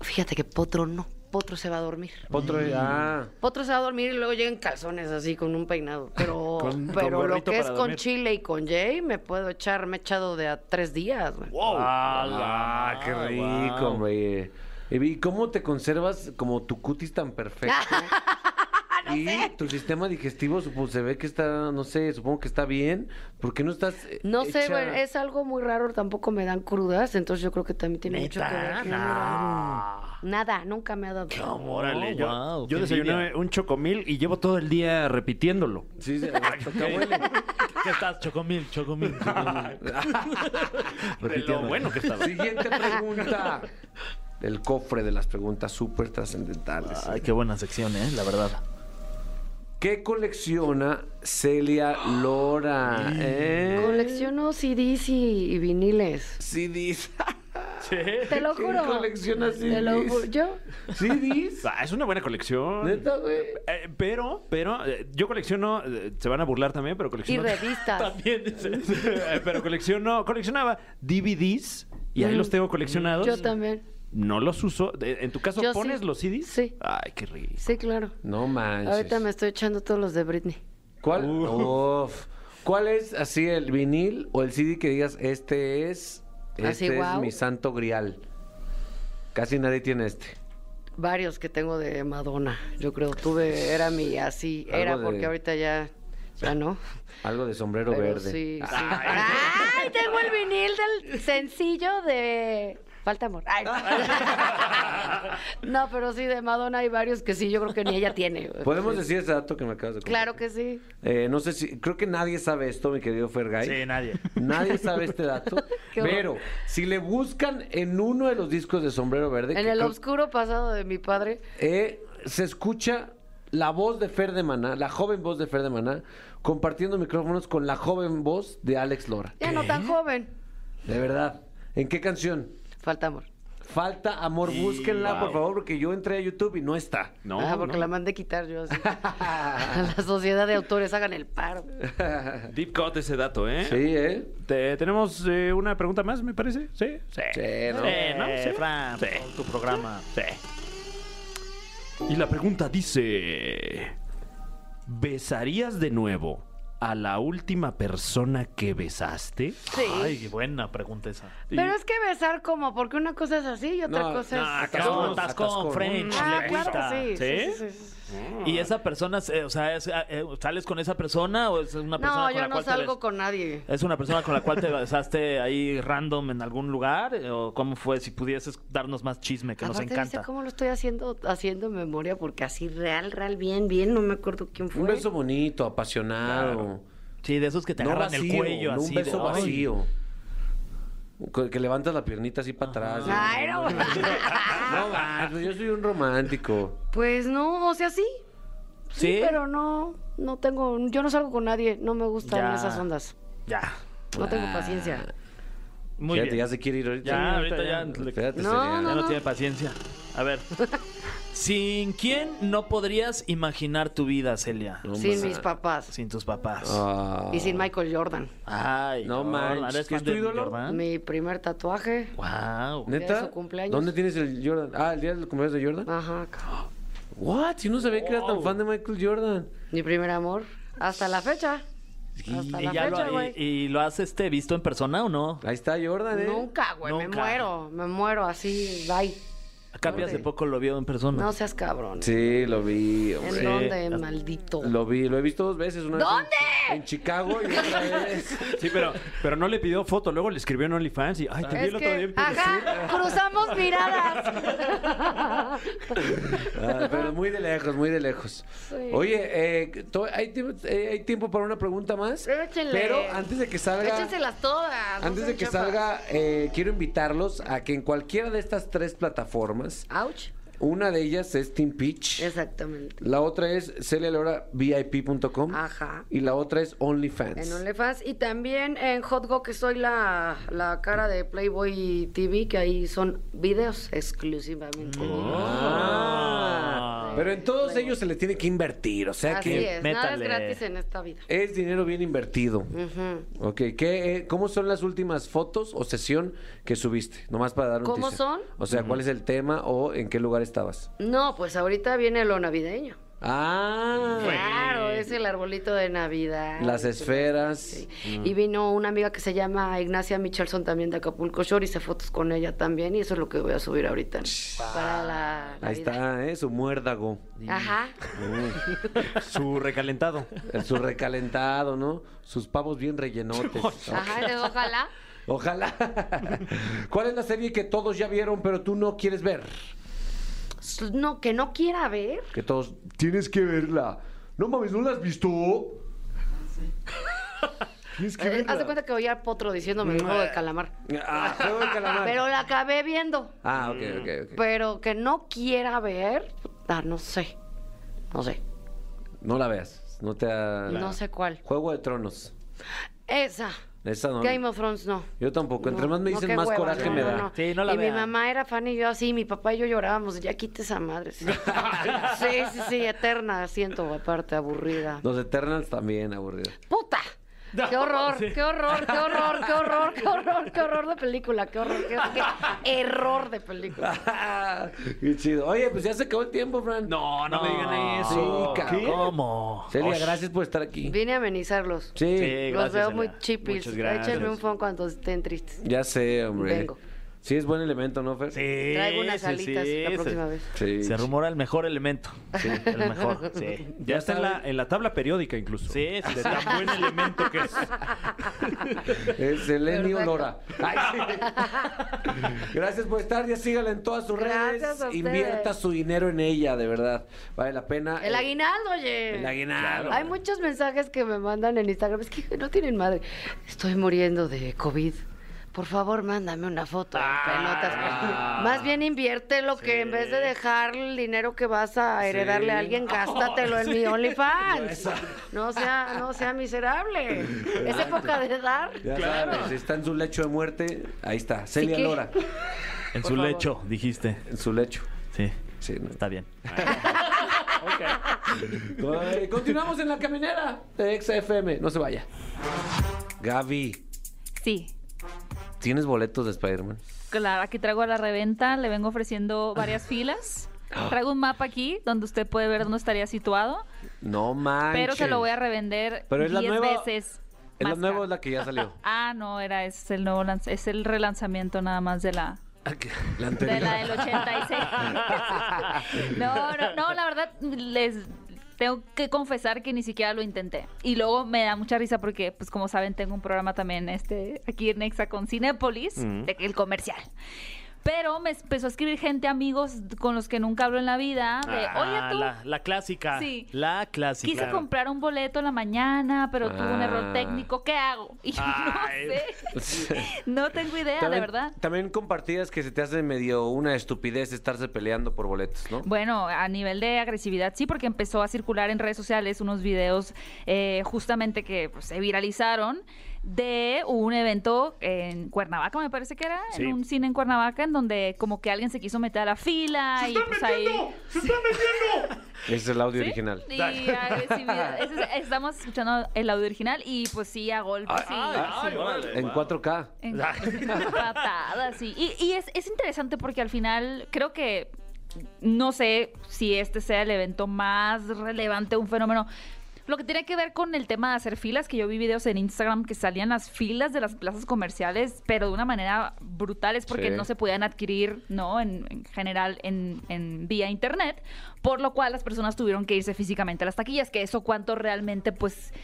S5: fíjate que Potro no. Potro se va a dormir.
S1: Potro, ah.
S5: Potro se va a dormir y luego llegan calzones así con un peinado. Pero,
S3: Con- con
S5: pero lo
S3: gorrito
S5: que es
S3: para
S5: con
S3: dormir.
S5: chile y con Jay me puedo echar, me he echado de a tres días. güey.
S3: ¡Wow!
S1: Ah, qué rico, hombre. ¿Y cómo te conservas como tu cutis tan perfecto? y tu sistema digestivo supo- se ve que está, no sé, supongo que está bien. ¿Por qué no estás eh,
S5: No sé,
S1: hecha-
S5: güey, es algo muy raro, tampoco me dan crudas, entonces yo creo que también tiene mucho que ver. Nada, nunca me ha dado.
S3: Órale,
S2: Oh,
S3: yo,
S2: wow,
S3: yo
S2: qué
S3: desayuné
S2: envidia.
S3: un chocomil y llevo todo el día repitiéndolo.
S1: Sí, se- hasta que huele.
S2: ¿Qué estás? Chocomil, chocomil. chocomil.
S3: De lo bueno que estaba.
S1: Siguiente pregunta. El cofre de las preguntas súper trascendentales.
S2: Ay, qué buena sección, ¿eh? La verdad.
S1: ¿Qué colecciona Celia Lora? ¿Eh?
S5: Colecciono CDs y, y viniles.
S1: CDs.
S5: Te lo
S1: ¿Quién
S5: juro.
S1: colecciona
S5: Te lo
S1: CDs?
S5: ju- Yo,
S1: ¿CDs?
S3: Ah, es una buena colección.
S1: ¿Neta, güey?
S3: Eh, pero, pero, eh, yo colecciono, eh, se van a burlar también, pero
S5: y
S3: colecciono.
S5: revistas.
S2: También dice.
S3: Eh, pero colecciono, coleccionaba DVDs y ahí los tengo coleccionados.
S5: Mm. Yo también.
S3: No los uso. Eh, ¿En tu caso
S5: Yo
S3: pones
S5: sí.
S3: los CDs?
S5: Sí.
S3: Ay, qué rico.
S5: Sí, claro.
S1: No manches.
S5: Ahorita me estoy echando todos los de Britney.
S1: ¿Cuál? Uf. ¿Cuál es así el vinil o el CD que digas, este es, este
S5: Así,
S1: es
S5: guau.
S1: mi santo grial? Casi nadie tiene este.
S5: Varios que tengo de Madonna, yo creo. Tuve, era mi así,
S1: Algo
S5: era
S1: de-
S5: porque ahorita ya, ya no.
S1: Algo de sombrero
S5: Pero
S1: verde.
S5: sí, sí.
S1: Ah,
S5: Ay, tengo el vinil del sencillo de Falta amor. Ay. No, pero sí, de Madonna hay varios que sí, yo creo que ni ella tiene. güey.
S1: ¿Podemos decir ese dato que me acabas de contar?
S5: Claro que sí.
S1: Eh, no sé si, creo que nadie sabe esto, mi querido Fergay.
S2: Sí, nadie.
S1: Nadie sabe este dato.
S5: Qué horror.
S1: pero si le buscan en uno de los discos de Sombrero Verde,
S5: En
S1: que
S5: el
S1: creo-
S5: oscuro pasado de mi padre.
S1: eh, se escucha la voz de Fer de Maná, la joven voz de Fer de Maná, compartiendo micrófonos con la joven voz de Alex Lora.
S5: Ya no tan joven.
S1: De verdad. ¿En qué canción?
S5: Falta amor.
S1: Falta amor, búsquenla, por favor, porque yo entré a YouTube y no está.
S3: No,
S5: ah, porque
S3: no.
S5: la mandé quitar yo así. A la sociedad de autores hagan el paro.
S3: Deep cut ese dato, ¿eh?
S1: Sí, ¿eh?
S3: Te- tenemos eh, una pregunta más, me parece. Sí, sí.
S1: Sí, ¿no?
S2: Eh, ¿no?
S3: Sí.
S2: Fran,
S3: Sí.
S2: por tu programa.
S3: Y la pregunta dice: ¿Besarías de nuevo a la última persona que besaste?
S5: Sí.
S2: Ay, qué buena pregunta esa.
S5: Pero es que besar como, porque una cosa es así y otra
S1: No,
S5: cosa
S1: no,
S5: es.
S1: Atascón,
S2: No, atascón,
S1: atascón.
S2: French,
S5: Ah,
S2: lengüita.
S5: claro, sí.
S3: ¿Sí?
S5: sí, sí, sí, sí.
S2: Y esa persona, eh, o sea, es, eh, ¿sales con esa persona o es una persona
S5: No,
S2: con la
S5: yo no
S2: cual te
S5: salgo
S2: bes-
S5: con nadie.
S2: ¿Es una persona con la cual te besaste ahí random en algún lugar? ¿O cómo fue? Si pudieses darnos más chisme, que nos
S5: Aparte, ¿viste
S2: encanta.
S5: cómo lo estoy haciendo, haciendo memoria? Porque así real, real, bien, bien, no me acuerdo quién fue.
S1: Un beso bonito, apasionado.
S2: Sí, de esos que te
S1: no
S2: agarran
S1: vacío,
S2: el cuello
S1: no
S2: así.
S1: un
S2: de-
S1: beso
S2: ¡Ay!
S1: vacío. Que- Que levantas la piernita así para atrás.
S5: Ay, no.
S1: No, va, yo soy un romántico.
S5: Pues no, o sea, sí.
S2: ¿Sí?
S5: Pero no, no tengo, yo no salgo con nadie, no me gustan
S2: Ya. Ah,
S5: esas ondas.
S2: Ya.
S5: No tengo paciencia.
S2: Muy
S1: Fíjate,
S2: bien.
S1: ya se quiere ir ahorita.
S2: Ya, ahorita ya.
S1: Espérate,
S5: No,
S1: Celia.
S2: Ya
S5: no,
S2: no tiene paciencia. A ver. ¿Sin quién no podrías imaginar tu vida, Celia?
S1: No
S5: Sin
S1: ma-
S5: mis papás
S2: Sin tus papás.
S1: Ah.
S5: y sin Michael Jordan.
S2: Ay,
S1: No
S2: Jordan,
S1: manches,
S2: ¿eres
S1: ¿que
S2: fan
S1: es tu
S2: de
S1: ídolo?
S2: Jordan?
S5: Mi primer tatuaje.
S2: Wow.
S5: Día de
S1: ¿Neta?
S5: su cumpleaños.
S1: ¿Dónde tienes el Jordan? Ah, el día del cumpleaños de Jordan.
S5: Ajá. cabrón.
S1: What? Yo no sabía que eras tan fan de Michael Jordan.
S5: Mi primer amor. Hasta la fecha. Hasta
S2: ¿Y,
S5: la
S2: ya
S5: fecha,
S2: lo, y,
S5: güey.
S2: y lo has este, visto en persona o no?
S1: Ahí está Jordan, ¿eh?
S5: Nunca, güey. Me
S2: Nunca.
S5: muero. Me muero así. Bye.
S2: Cambias de poco lo vio en persona.
S5: No seas cabrón.
S1: Sí, lo vi,
S5: ¿En
S1: hombre.
S5: dónde, maldito?
S1: Lo vi, lo he visto dos veces. Una vez en-
S5: ¿Dónde?
S1: En, Chicago y otra vez.
S3: Sí, pero, pero no le pidió foto, luego le escribió en OnlyFans y ay, te vi
S5: Es
S3: el otro día
S5: que,
S3: en
S5: ajá, cruzamos miradas.
S1: Ah, pero muy de lejos, muy de lejos.
S5: Sí.
S1: Oye, eh, to- ¿hay, tiempo, eh, hay tiempo para una pregunta más?
S5: Échenle.
S1: Pero antes de que salga...
S5: Échenselas todas. no
S1: Antes de
S5: sean
S1: que
S5: chafas.
S1: salga, eh, quiero invitarlos a que en cualquiera de estas tres plataformas,
S5: Ouch.
S1: una de ellas es Team Peach,
S5: Exactamente.
S1: la otra es celialora.vip.com
S5: Ajá.
S1: y la otra es OnlyFans.
S5: En OnlyFans y también en Hotgo, que soy la, la cara de
S1: Oh.
S5: Playboy TV, que ahí son videos exclusivamente.
S1: Ah, Pero en todos ellos se le tiene que invertir, o sea
S5: Así
S1: que
S5: es, nada es
S2: métale.
S5: gratis en esta vida.
S1: es dinero bien invertido.
S5: Ujú.
S1: Ok, ¿qué, eh, ¿cómo son las últimas fotos o sesión que subiste? Nomás para dar un
S5: ¿Cómo
S1: teaser.
S5: son?
S1: O sea, ¿cuál es el tema o en qué lugar estabas?
S5: No, pues ahorita viene lo navideño.
S1: Ah,
S5: Claro, es el arbolito de Navidad. Este,
S1: las esferas.
S5: Sí.
S1: Mm.
S5: Y vino una amiga que se llama Ignacia Michelson también de Acapulco Shore, hice fotos con ella también y eso es lo que voy a subir ahorita ¿no? para la
S1: Ahí
S5: Navidad.
S1: está, ¿eh? Su muérdago.
S5: Ajá.
S3: Su recalentado.
S1: Eh, Su recalentado, ¿no? Sus pavos bien rellenotes.
S5: Ajá, entonces, ojalá.
S1: Ojalá. ¿Cuál es la serie que todos ya vieron, pero tú no quieres ver?
S5: Pues, No, que no quiera ver.
S1: Que todos. Tienes que verla. No mames, ¿no la has visto? Tienes que
S5: Eh,
S1: verla.
S5: Haz de cuenta que oía al potro diciéndome el juego de calamar.
S1: Ah, Juego de calamar.
S5: Pero la Pues- acabé viendo.
S1: Ah, ok, ok, ok.
S5: Pero que no quiera ver, puta, no sé. No sé.
S1: No la veas. No te ha-
S5: No sé cuál.
S1: Juego de Tronos.
S5: Esa.
S1: Esa no.
S5: Game of Thrones no.
S1: Yo tampoco. Entre
S5: No,
S1: más me
S5: no,
S1: dicen,
S5: qué
S1: más
S5: hueva,
S1: coraje
S5: no,
S1: me
S5: no,
S1: da.
S5: no.
S2: Sí, no la
S5: y
S2: vean.
S5: mi mamá era fan y yo así, mi papá y yo llorábamos, ya quita esa madre. Sí, sí, sí, sí, eterna, siento, aparte, aburrida.
S1: Los Eternals también, aburrido.
S5: ¡Puta! ¡Qué horror! ¡Qué horror! ¡Qué horror! ¡Qué horror! ¡Qué horror! ¡Qué horror de película! ¡Qué horror! ¡Qué, qué error de película!
S1: Qué chido. Oye, pues ya se acabó el tiempo, Fran.
S3: No, no, me digan
S1: sí,
S3: eso.
S1: cabrón.
S3: ¿Qué?
S2: ¿Cómo?
S1: Celia,
S2: Osh.
S1: gracias por estar aquí.
S5: Vine a amenizarlos.
S1: Sí,
S2: Sí.
S5: Los
S2: gracias,
S5: veo
S2: Elena.
S5: muy chipis.
S3: Muchas gracias.
S5: Échenme un phone cuando estén tristes.
S1: ya sé, hombre.
S5: Vengo.
S1: Sí, es buen elemento, ¿no, Fer?
S2: Sí,
S5: Traigo unas
S2: sí,
S5: alitas
S2: sí,
S5: la
S2: sí.
S5: próxima vez.
S1: Sí.
S2: Se rumora el mejor elemento. El mejor, sí.
S3: Ya está en la, en la tabla periódica incluso.
S2: Sí, sí,
S3: De
S2: sí.
S3: tan buen elemento que es.
S1: Es Elenio
S5: Perfecto.
S1: Lora. Ay, sí. Gracias por estar. Ya sígala en todas sus redes.
S5: Gracias a ustedes.
S1: Invierta su dinero en ella, de verdad. Vale la pena.
S5: El
S1: Eh,
S5: aguinaldo, oye.
S1: El aguinaldo.
S5: Hay muchos mensajes que me mandan en Instagram. Es que no tienen madre. Estoy muriendo de COVID. Por favor, mándame una foto en pelotas. Más bien invierte lo que en vez de dejar el dinero que vas a heredarle a alguien, gástatelo en mi OnlyFans. No sea, no sea miserable. Es época de dar.
S1: Ya sabes, si está en su lecho de muerte, ahí está. Celia
S5: que-
S1: Lora,
S2: En
S5: Por
S2: su
S5: favor.
S2: lecho, dijiste.
S1: en su lecho.
S2: Sí,
S1: Sí, no.
S2: está bien.
S1: Ay, Continuamos en la caminera de XFM. No se vaya. Gaby,
S7: Sí.
S1: ¿tienes boletos de Spider-Man?
S7: Claro, aquí traigo a la reventa, le vengo ofreciendo varias filas.
S1: Ah.
S7: Traigo un mapa aquí donde usted puede ver dónde estaría situado,
S1: No manches.
S7: pero se lo voy a revender
S1: Pero
S7: 10
S1: es la nueva-
S7: veces.
S1: Es la
S7: más
S1: nueva,
S7: caro.
S1: es la que ya salió.
S7: Ah, no, era es el nuevo lanz- es el relanzamiento nada más de la
S1: La
S7: de
S1: anterior.
S7: la del 86. no, no, no, la verdad les tengo que confesar que ni siquiera lo intenté. Y luego me da mucha risa porque pues como saben tengo un programa también este aquí en Nexa con Cinépolis, de- el comercial. Pero me empezó a escribir gente, amigos con los que nunca hablo en la vida, de,
S2: Ah,
S7: "Oye, tú
S2: La, la clásica.
S7: Sí.
S2: La clásica.
S7: Quise comprar un boleto en la mañana, pero tuve un
S1: Ah.
S7: error técnico. ¿Qué hago? Y yo
S3: Ay.
S7: no sé. No tengo idea, de verdad.
S1: También compartidas que se te hace medio una estupidez estarse peleando por boletos, ¿no?
S7: Bueno, a nivel de agresividad sí, porque empezó a circular en redes sociales unos videos eh, justamente que pues, se viralizaron de un evento en Cuernavaca, me parece que era,
S3: Sí.
S7: en un cine en Cuernavaca, en donde como que alguien se quiso meter a la fila y pues ahí...
S1: Ese es el audio original.
S7: Y agresividad. Ese es- estamos escuchando el audio original y pues sí, a golpes. sí, sí.
S1: Ah, En 4K.
S7: En- patadas, sí. Y, y es, es interesante porque al final creo que no sé si este sea el evento más relevante, un fenómeno. Lo que tiene que ver con el tema de hacer filas, que yo vi videos en Instagram que salían las filas de las plazas comerciales, pero de una manera brutal, es porque
S1: Sí.
S7: no se podían adquirir, ¿no? En, en general, en, en vía internet, por lo cual las personas tuvieron que irse físicamente a las taquillas, que eso cuánto realmente, pues,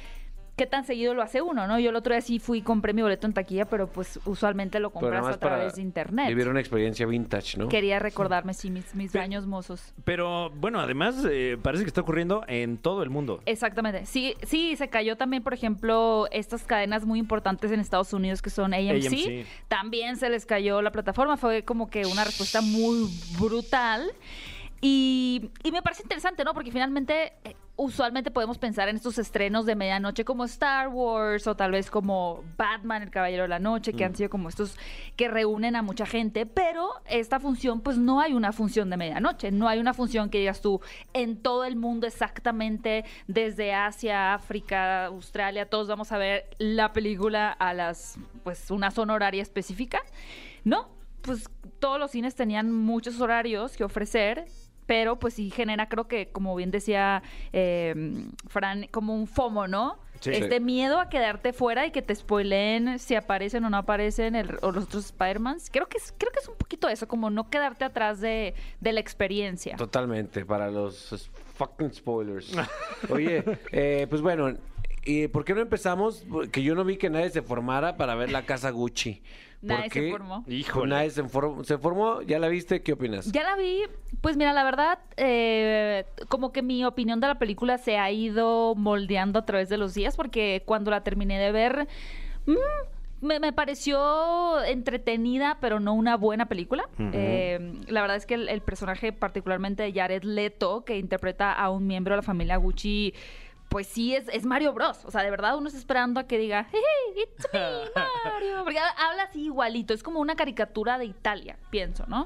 S7: qué tan seguido lo hace uno, ¿no? Yo el otro día sí fui y compré mi boleto en taquilla, pero pues usualmente lo
S1: Pero nada
S7: compras
S1: más
S7: a través
S1: para
S7: de internet.
S1: Vivir una experiencia vintage, ¿no?
S7: Quería recordarme, sí, mis, mis años mozos.
S3: Pero bueno, además eh, parece que está ocurriendo en todo el mundo.
S7: Exactamente. Sí, sí, se cayó también, por ejemplo, estas cadenas muy importantes en Estados Unidos que son AMC.
S3: AMC.
S7: También se les cayó la plataforma. Fue como que una respuesta muy brutal. Y, y me parece interesante, ¿no? Porque finalmente eh, usualmente podemos pensar en estos estrenos de medianoche como Star Wars o tal vez como Batman, el Caballero de la Noche, que han sido como estos que reúnen a mucha gente, pero esta función pues no hay una función de medianoche, no hay una función que digas tú en todo el mundo exactamente, desde Asia, África, Australia, todos vamos a ver la película a las pues una zona horaria específica. No, pues todos los cines tenían muchos horarios que ofrecer, pero pues sí genera, creo que, como bien decía eh, Fran, como un FOMO, ¿no?
S8: Sí.
S7: este
S8: Sí.
S7: miedo a quedarte fuera y que te spoileen si aparecen o no aparecen el- o los otros Spider-Mans. Creo que, es, creo que es un poquito eso, como no quedarte atrás de, de la experiencia.
S1: Totalmente, para los s- fucking spoilers. Oye, eh, pues bueno, ¿y ¿por qué no empezamos? Que yo no vi que nadie se formara para ver la casa Gucci. ¿Por
S7: Nadie se
S1: qué?
S7: formó.
S3: Híjole.
S1: Nadie se formó, se formó, ¿ya la viste? ¿Qué opinas?
S7: Ya la vi, pues mira, la verdad, eh, como que mi opinión de la película se ha ido moldeando a través de los días, porque cuando la terminé de ver, mm, me, me pareció entretenida, pero no una buena película. Eh, la verdad es que el, el personaje particularmente de Jared Leto, que interpreta a un miembro de la familia Gucci, pues sí, es, es Mario Bros. O sea, de verdad uno está esperando a que diga, hey, it's me, Mario. Porque ha- habla así igualito, es como una caricatura de Italia, pienso, ¿no?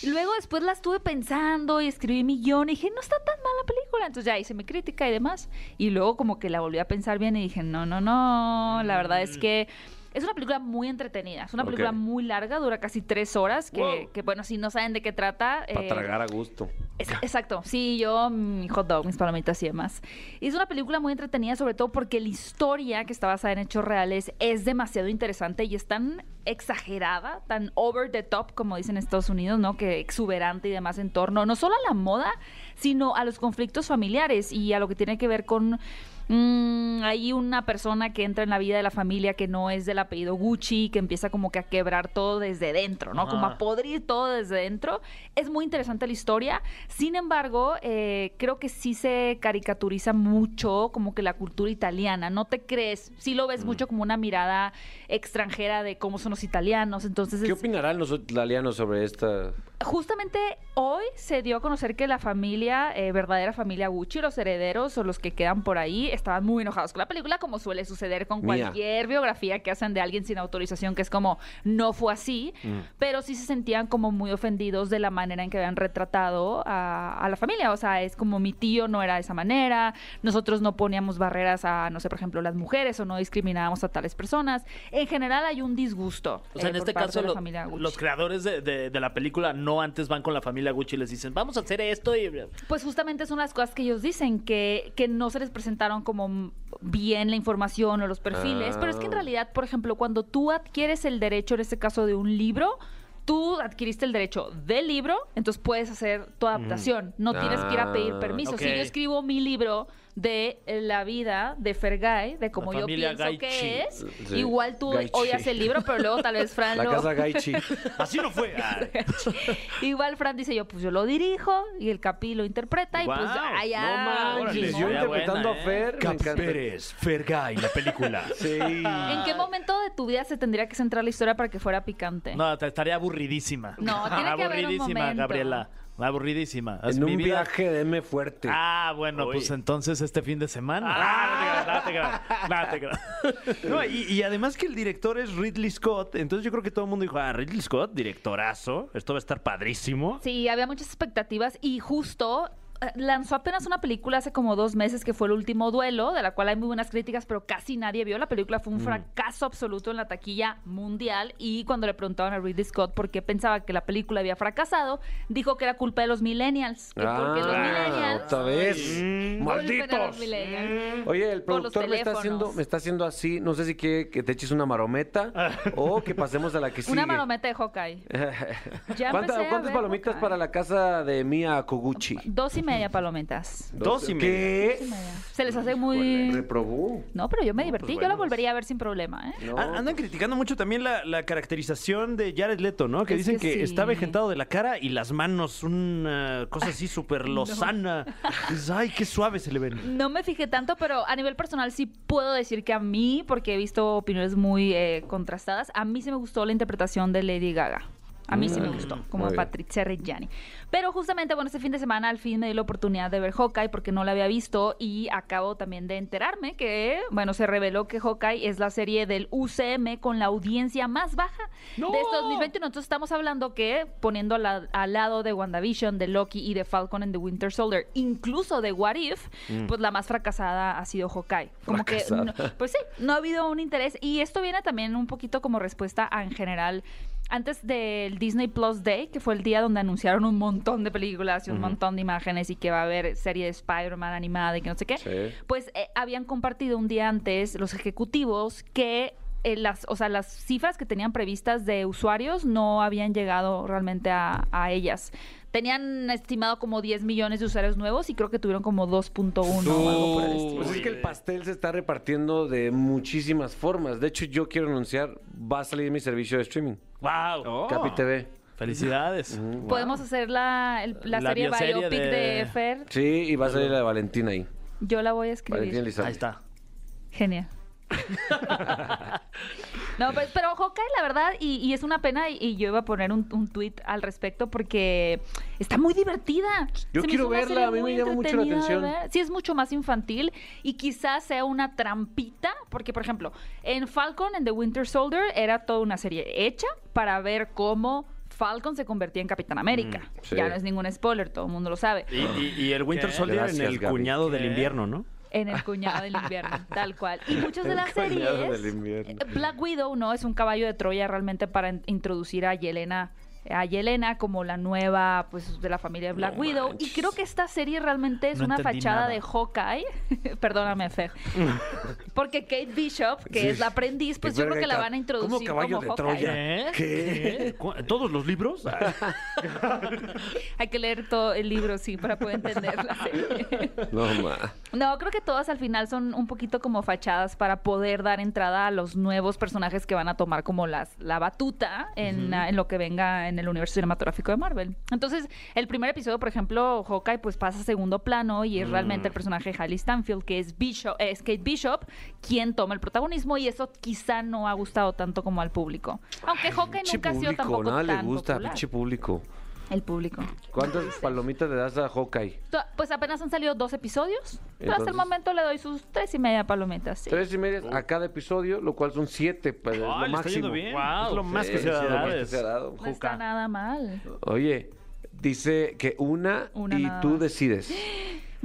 S7: Y Luego después la estuve pensando y escribí mi guión y dije, no está tan mala película. Entonces ya hice mi crítica y demás. Y luego como que la volví a pensar bien y dije, no, no, no. La verdad es que es una película muy entretenida. Es una
S1: Mm. Ok.
S7: película muy larga, dura casi tres horas. Que,
S3: Wow.
S7: que, bueno, si no saben de qué trata...
S1: Para
S7: eh,
S1: tragar a gusto.
S7: es- exacto, sí, yo, mi hot dog, mis palomitas y demás. Y es una película muy entretenida, sobre todo porque la historia que está basada en hechos reales es demasiado interesante y es tan exagerada, tan over the top, como dicen en Estados Unidos, ¿no? Que exuberante y demás en torno, no solo a la moda, sino a los conflictos familiares y a lo que tiene que ver con... mm, hay una persona que entra en la vida de la familia que no es del apellido Gucci, que empieza como que a quebrar todo desde dentro, ¿no? Como a
S2: Ajá.
S7: podrir todo desde dentro. Es muy interesante la historia. Sin embargo, eh, creo que sí se caricaturiza mucho como que la cultura italiana. No te crees, sí lo ves mucho como una mirada extranjera de cómo son los italianos. Entonces,
S1: ¿Qué
S7: es-
S1: opinarán los italianos sobre esta?
S7: justamente hoy se dio a conocer que la familia, eh, verdadera familia Gucci, los herederos o los que quedan por ahí, estaban muy enojados con la película, como suele suceder con
S1: Mía.
S7: cualquier biografía que hacen de alguien sin autorización, que es como, no fue así, pero sí se sentían como muy ofendidos de la manera en que habían retratado a, a la familia. O sea, es como mi tío no era de esa manera, nosotros no poníamos barreras a, no sé, por ejemplo, las mujeres o no discriminábamos a tales personas. En general hay un disgusto.
S2: O sea,
S7: eh,
S2: en
S7: por
S2: este
S7: parte
S2: caso,
S7: de la
S2: lo-
S7: familia Gucci.
S2: los creadores de, de- de la película no antes van con la familia Gucci y les dicen, vamos a hacer esto y...
S7: Pues justamente son las cosas que ellos dicen, que, que no se les presentaron como m- bien la información o los perfiles,
S1: Ah.
S7: pero es que en realidad, por ejemplo, cuando tú adquieres el derecho, en este caso de un libro, tú adquiriste el derecho del libro, entonces puedes hacer tu adaptación, no tienes que ir a pedir
S1: Ah,
S7: permiso.
S2: ok.
S7: Si yo escribo mi libro de eh, la vida de Fergay, de cómo yo
S2: familia
S7: pienso
S2: Gaichi.
S7: que es,
S1: Sí,
S7: igual tú
S1: Gaichi.
S7: odias el libro, pero luego tal vez Fran
S1: La
S7: lo...
S1: casa Gaichi.
S7: Ah,
S3: Así no fue.
S2: Ah,
S3: Ay.
S7: Igual Fran dice yo, pues yo lo dirijo y el Capi lo interpreta y pues
S3: Guau,
S7: allá.
S3: no manches,
S1: yo
S2: Estaría
S1: interpretando
S2: Ah, buena,
S1: a
S2: ¿eh?
S1: Fer, me
S3: Cap
S1: encanta.
S3: Pérez, Fergay, la película.
S1: Sí.
S7: ¿En qué momento de tu vida se tendría que centrar la historia para que fuera picante?
S2: No, te- estaría aburridísima.
S7: No, tiene que haber un
S2: Aburridísima,
S7: momento.
S2: Gabriela. Aburridísima. Es
S1: En
S2: mi
S1: un
S2: vida.
S1: viaje de M fuerte.
S2: Ah, bueno,
S3: Oye.
S2: pues entonces este fin de semana.
S3: Ah, no te creas, no te creas, no te creas. No, y, y además que el director es Ridley Scott, entonces yo creo que todo el mundo dijo, ah, Ridley Scott, directorazo, esto va a estar padrísimo.
S7: Sí, había muchas expectativas y justo eh, lanzó apenas una película hace como dos meses que fue El Último Duelo, de la cual hay muy buenas críticas, pero casi nadie vio. La película fue un
S1: Mm.
S7: fracaso absoluto en la taquilla mundial y cuando le preguntaban a Ridley Scott por qué pensaba que la película había fracasado, dijo que era culpa de los millennials. Que porque los
S1: Ah,
S7: millennials...
S1: otra vez.
S2: Mm.
S7: Vuelven a los
S1: Malditos.
S7: millennials.
S1: Oye, el
S7: Por los
S1: productor me está
S7: teléfonos.
S1: haciendo, me está haciendo así. No sé si quiere que te eches una marometa o que pasemos a la que sigue.
S7: Una marometa de Hawkeye.
S1: ¿Cuánta-
S7: Ya empecé a
S1: ¿Cuántas
S7: ver ¿eh?
S1: palomitas
S7: Hawkeye.
S1: para la casa de Mia Koguchi?
S7: Dos y media palomitas.
S3: Dos y media.
S1: ¿Qué?
S7: Se les hace muy...
S1: Reprobó.
S7: No, pero yo me
S1: pues
S7: divertí. yo la volvería a ver sin problema, ¿eh?
S1: No.
S3: A- Ah,
S2: pues.
S3: Andan criticando mucho también la, la caracterización de Jared Leto, ¿no? Que
S7: Es
S3: dicen que,
S7: que sí.
S3: está vejentado de la cara y las manos, una cosa así súper lozana. Dices, Ay, qué suave se le ven.
S7: No me fijé tanto, pero a nivel personal sí puedo decir que a mí, porque he visto opiniones muy eh, contrastadas, a mí se me gustó la interpretación de Lady Gaga. A mí sí me gustó, como
S1: Mm,
S7: a
S1: muy bien.
S7: Patricia Reggiani. Pero justamente, bueno, este fin de semana al fin me dio la oportunidad de ver Hawkeye porque no la había visto y acabo también de enterarme que, bueno, se reveló que Hawkeye es la serie del UCM con la audiencia más baja de este 2021. Entonces estamos hablando que poniendo la- al lado de WandaVision, de Loki y de Falcon and the Winter Soldier, incluso de What If, pues la más fracasada ha sido Hawkeye. Como que, no- pues sí, no ha habido un interés y esto viene también un poquito como respuesta a, en general antes del Disney Plus Day, que fue el día donde anunciaron un montón de películas y un montón de imágenes y que va a haber serie de Spider-Man animada y que no sé qué,
S1: Sí.
S7: pues eh, habían compartido un día antes los ejecutivos que eh, las, o sea, las cifras que tenían previstas de usuarios no habían llegado realmente a, a ellas. Tenían estimado como 10 millones de usuarios nuevos y creo que tuvieron como 2.1 o algo por el estilo.
S1: Pues es que el pastel se está repartiendo de muchísimas formas. De hecho, yo quiero anunciar, va a salir mi servicio de streaming,
S2: ¡Wow!
S1: Capi Pues- TV.
S2: ¡Felicidades!
S7: Podemos hacer la, el- la
S2: La
S7: serie
S2: bioserie
S7: biopic de...
S2: de
S7: Fer.
S1: Sí, y va a salir la de Valentina ahí.
S7: Yo la voy a escribir.
S1: Valentina Elizalde.
S2: Ahí está.
S7: Genial. no, pues, pero Hawkeye, la verdad, y, y es una pena, y, y yo iba a poner un, un tweet al respecto porque está muy divertida.
S1: Yo
S7: me
S1: quiero
S7: hizo una
S1: verla,
S7: serie
S1: a mí me
S7: muy
S1: llama mucho la
S7: entretenida de
S1: atención.
S7: ver. Sí, es mucho más infantil y quizás sea una trampita, porque, por ejemplo, en Falcon, en The Winter Soldier, era toda una serie hecha para ver cómo Falcon se convertía en Capitán América.
S1: Mm, sí.
S7: Ya no es ningún spoiler, todo el mundo lo sabe.
S3: Y, y- y el Winter
S2: ¿Qué?
S3: Soldier en
S1: Gracias,
S3: el
S1: Gaby.
S3: cuñado del
S2: ¿Qué?
S3: invierno, ¿no?
S7: En el cuñado del invierno, tal cual. Y muchas de
S1: El
S7: las
S1: cuñado
S7: series.
S1: del invierno.
S7: eh, Black Widow, ¿no? Es un caballo de Troya realmente para in- introducir a Yelena a Yelena como la nueva pues de la familia de Black Widow y creo que esta serie realmente es
S2: No
S7: una
S2: entendí
S7: fachada
S2: nada.
S7: de Hawkeye perdóname Fer porque Kate Bishop que
S1: Sí.
S7: es la aprendiz pues yo
S1: Verga,
S7: creo que la
S1: ca-
S7: van a introducir
S1: ¿cómo caballo de
S7: como Hawkeye
S1: Troya?
S2: ¿Eh?
S3: ¿Qué? ¿Cu- ¿Todos los libros?
S7: hay que leer todo el libro sí para poder entender la serie
S1: No, ma.
S7: No, creo que todas al final son un poquito como fachadas para poder dar entrada a los nuevos personajes que van a tomar como las, la batuta en, ah, en lo que venga en el universo cinematográfico de Marvel. Entonces, el primer episodio, por ejemplo, Hawkeye pues pasa a segundo plano y es realmente
S1: Mm.
S7: el personaje de Hallie Stanfield, que es, Bishop, eh, es Kate Bishop, quien toma el protagonismo y eso quizá no ha gustado tanto como al público. Aunque Hawkeye
S1: Pinche
S7: nunca ha sido
S1: público,
S7: tampoco
S1: nada
S7: tan
S1: le gusta,
S7: popular. Pues
S1: pinche Mm. público.
S7: El público.
S1: ¿Cuántas palomitas le das a Hawkeye?
S7: To- Pues apenas han salido dos episodios, pero hasta el
S1: Entonces-
S7: momento le doy sus tres y media palomitas. sí.
S1: Tres y media a cada episodio, lo cual son siete, pero es
S3: Ah,
S1: lo
S3: le está yendo
S1: máximo.
S3: bien.
S2: Wow,
S3: Es lo más que
S1: Sí,
S3: se ha
S1: lo
S3: dado.
S1: más que se ha dado,
S7: No está
S1: Hawkeye.
S7: nada mal.
S1: Oye, dice que una,
S7: Una
S1: y
S7: nada
S1: tú
S7: más.
S1: decides.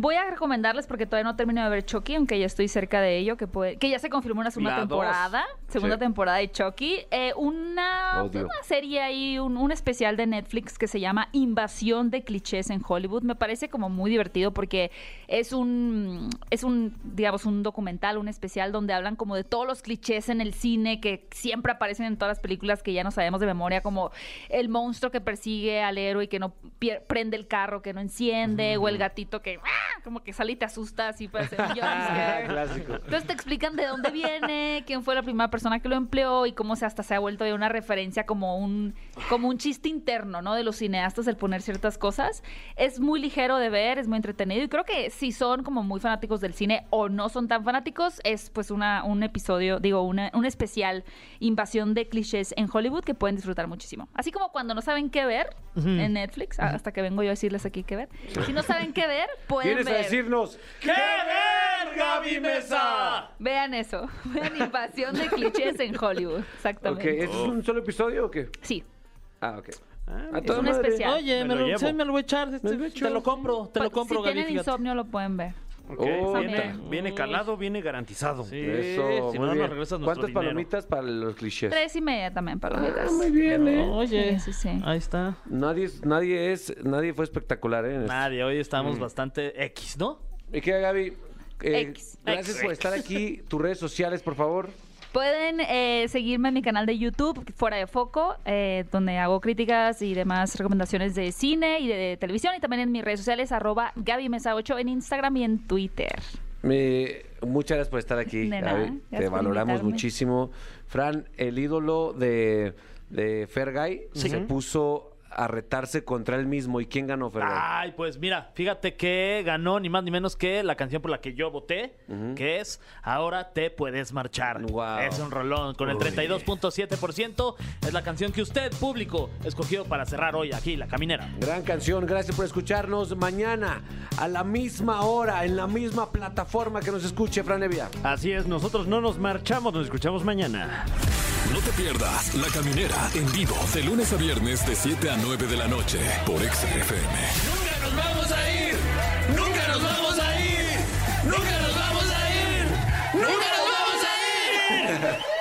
S7: Voy a recomendarles porque todavía no termino de ver Chucky, aunque ya estoy cerca de ello, que puede- que ya se confirmó una segunda
S3: La dos.
S7: temporada, segunda
S1: Sí.
S7: temporada de Chucky, Eh, una,
S1: Odio.
S7: una serie ahí, un, un especial de Netflix que se llama Invasión de clichés en Hollywood. Me parece como muy divertido porque es un es un digamos un documental, un especial donde hablan como de todos los clichés en el cine que siempre aparecen en todas las películas que ya no sabemos de memoria, como el monstruo que persigue al héroe y que no pier- prende el carro, que no enciende, o el gatito que ¡ah! como que sale y te asusta así para hacer un jump scare.
S1: Ah, Clásico.
S7: Entonces te explican de dónde viene, quién fue la primera persona que lo empleó y cómo se hasta se ha vuelto de una referencia como un como un chiste interno, ¿no? De los cineastas el poner ciertas cosas. Es muy ligero de ver, es muy entretenido y creo que si son como muy fanáticos del cine o no son tan fanáticos, es pues una un episodio, digo, una, un especial invasión de clichés en Hollywood que pueden disfrutar muchísimo. Así como cuando no saben qué ver en Netflix, a- hasta que vengo yo a decirles aquí qué ver. Si no saben qué ver, pueden
S1: ¿Vienes a
S7: ver.
S1: decirnos?
S2: ¡Qué ver, Gaby Mesa!
S7: Vean eso. Vean invasión de clichés en Hollywood.
S1: Ok, ¿este
S7: Exactamente.
S1: es un solo episodio o qué?
S7: Sí.
S1: Ah, ok.
S3: Ah,
S1: A
S7: Es
S1: toda
S7: un
S1: madre.
S7: especial.
S2: Oye,
S3: Me
S2: me,
S3: lo
S2: lo,
S3: llevo.
S2: sí, me lo voy a echar. este,
S1: Me lo echo.
S2: te lo compro, te lo
S7: Pa-
S2: compro,
S7: Pues,
S2: Gaby.
S7: si tienen
S2: fíjate.
S7: insomnio lo pueden ver.
S3: Ok,
S1: Oh,
S3: viene,
S7: también.
S3: viene calado, viene garantizado.
S2: Sí,
S1: Eso,
S2: si
S1: Eh, muy
S2: no,
S1: bien.
S2: nos regresas nuestro
S1: ¿Cuántas
S2: dinero.
S1: palomitas para los clichés?
S7: Tres y media también, palomitas.
S1: Ah, Muy bien, ¿eh?
S2: Oye,
S7: Sí, sí, sí.
S2: ahí está.
S1: Nadie, es- nadie, es, nadie fue espectacular, ¿eh? en esto.
S2: Nadie, hoy estamos bastante X, ¿no?
S1: Mi querida Gaby, eh,
S7: Ex.
S1: gracias por estar aquí. Tus redes sociales, por favor.
S7: Pueden eh, seguirme en mi canal de YouTube, Fuera de Foco, eh, donde hago críticas y demás recomendaciones de cine y de, de televisión. Y también en mis redes sociales, arroba Gaby Mesa 8 en Instagram y en Twitter.
S1: Me- muchas gracias por estar aquí,
S7: De nada,
S1: Gaby.
S7: gracias
S1: Te
S7: por
S1: valoramos
S7: invitarme.
S1: muchísimo. Fran, el ídolo de, de Fergay, se puso a retarse contra él mismo. ¿Y quién ganó, Fergay?
S2: Ay, pues mira, fíjate que ganó ni más ni menos que la canción por la que yo voté, que es Ahora te puedes marchar.
S1: Guau.
S2: Es un rolón con el 32.7%. Es la canción que usted, público, escogió para cerrar hoy aquí la caminera.
S1: Gran canción, gracias por escucharnos. Mañana, a la misma hora, en la misma plataforma que nos escuche, Fran Evia.
S3: Así es, nosotros no nos marchamos, nos escuchamos mañana.
S6: No te pierdas La Caminera en vivo de lunes a viernes de 7 a 9 de la noche por XFM. Nunca nos vamos a ir. Nunca nos vamos a ir. Nunca nos vamos a ir. Nunca nos vamos a ir.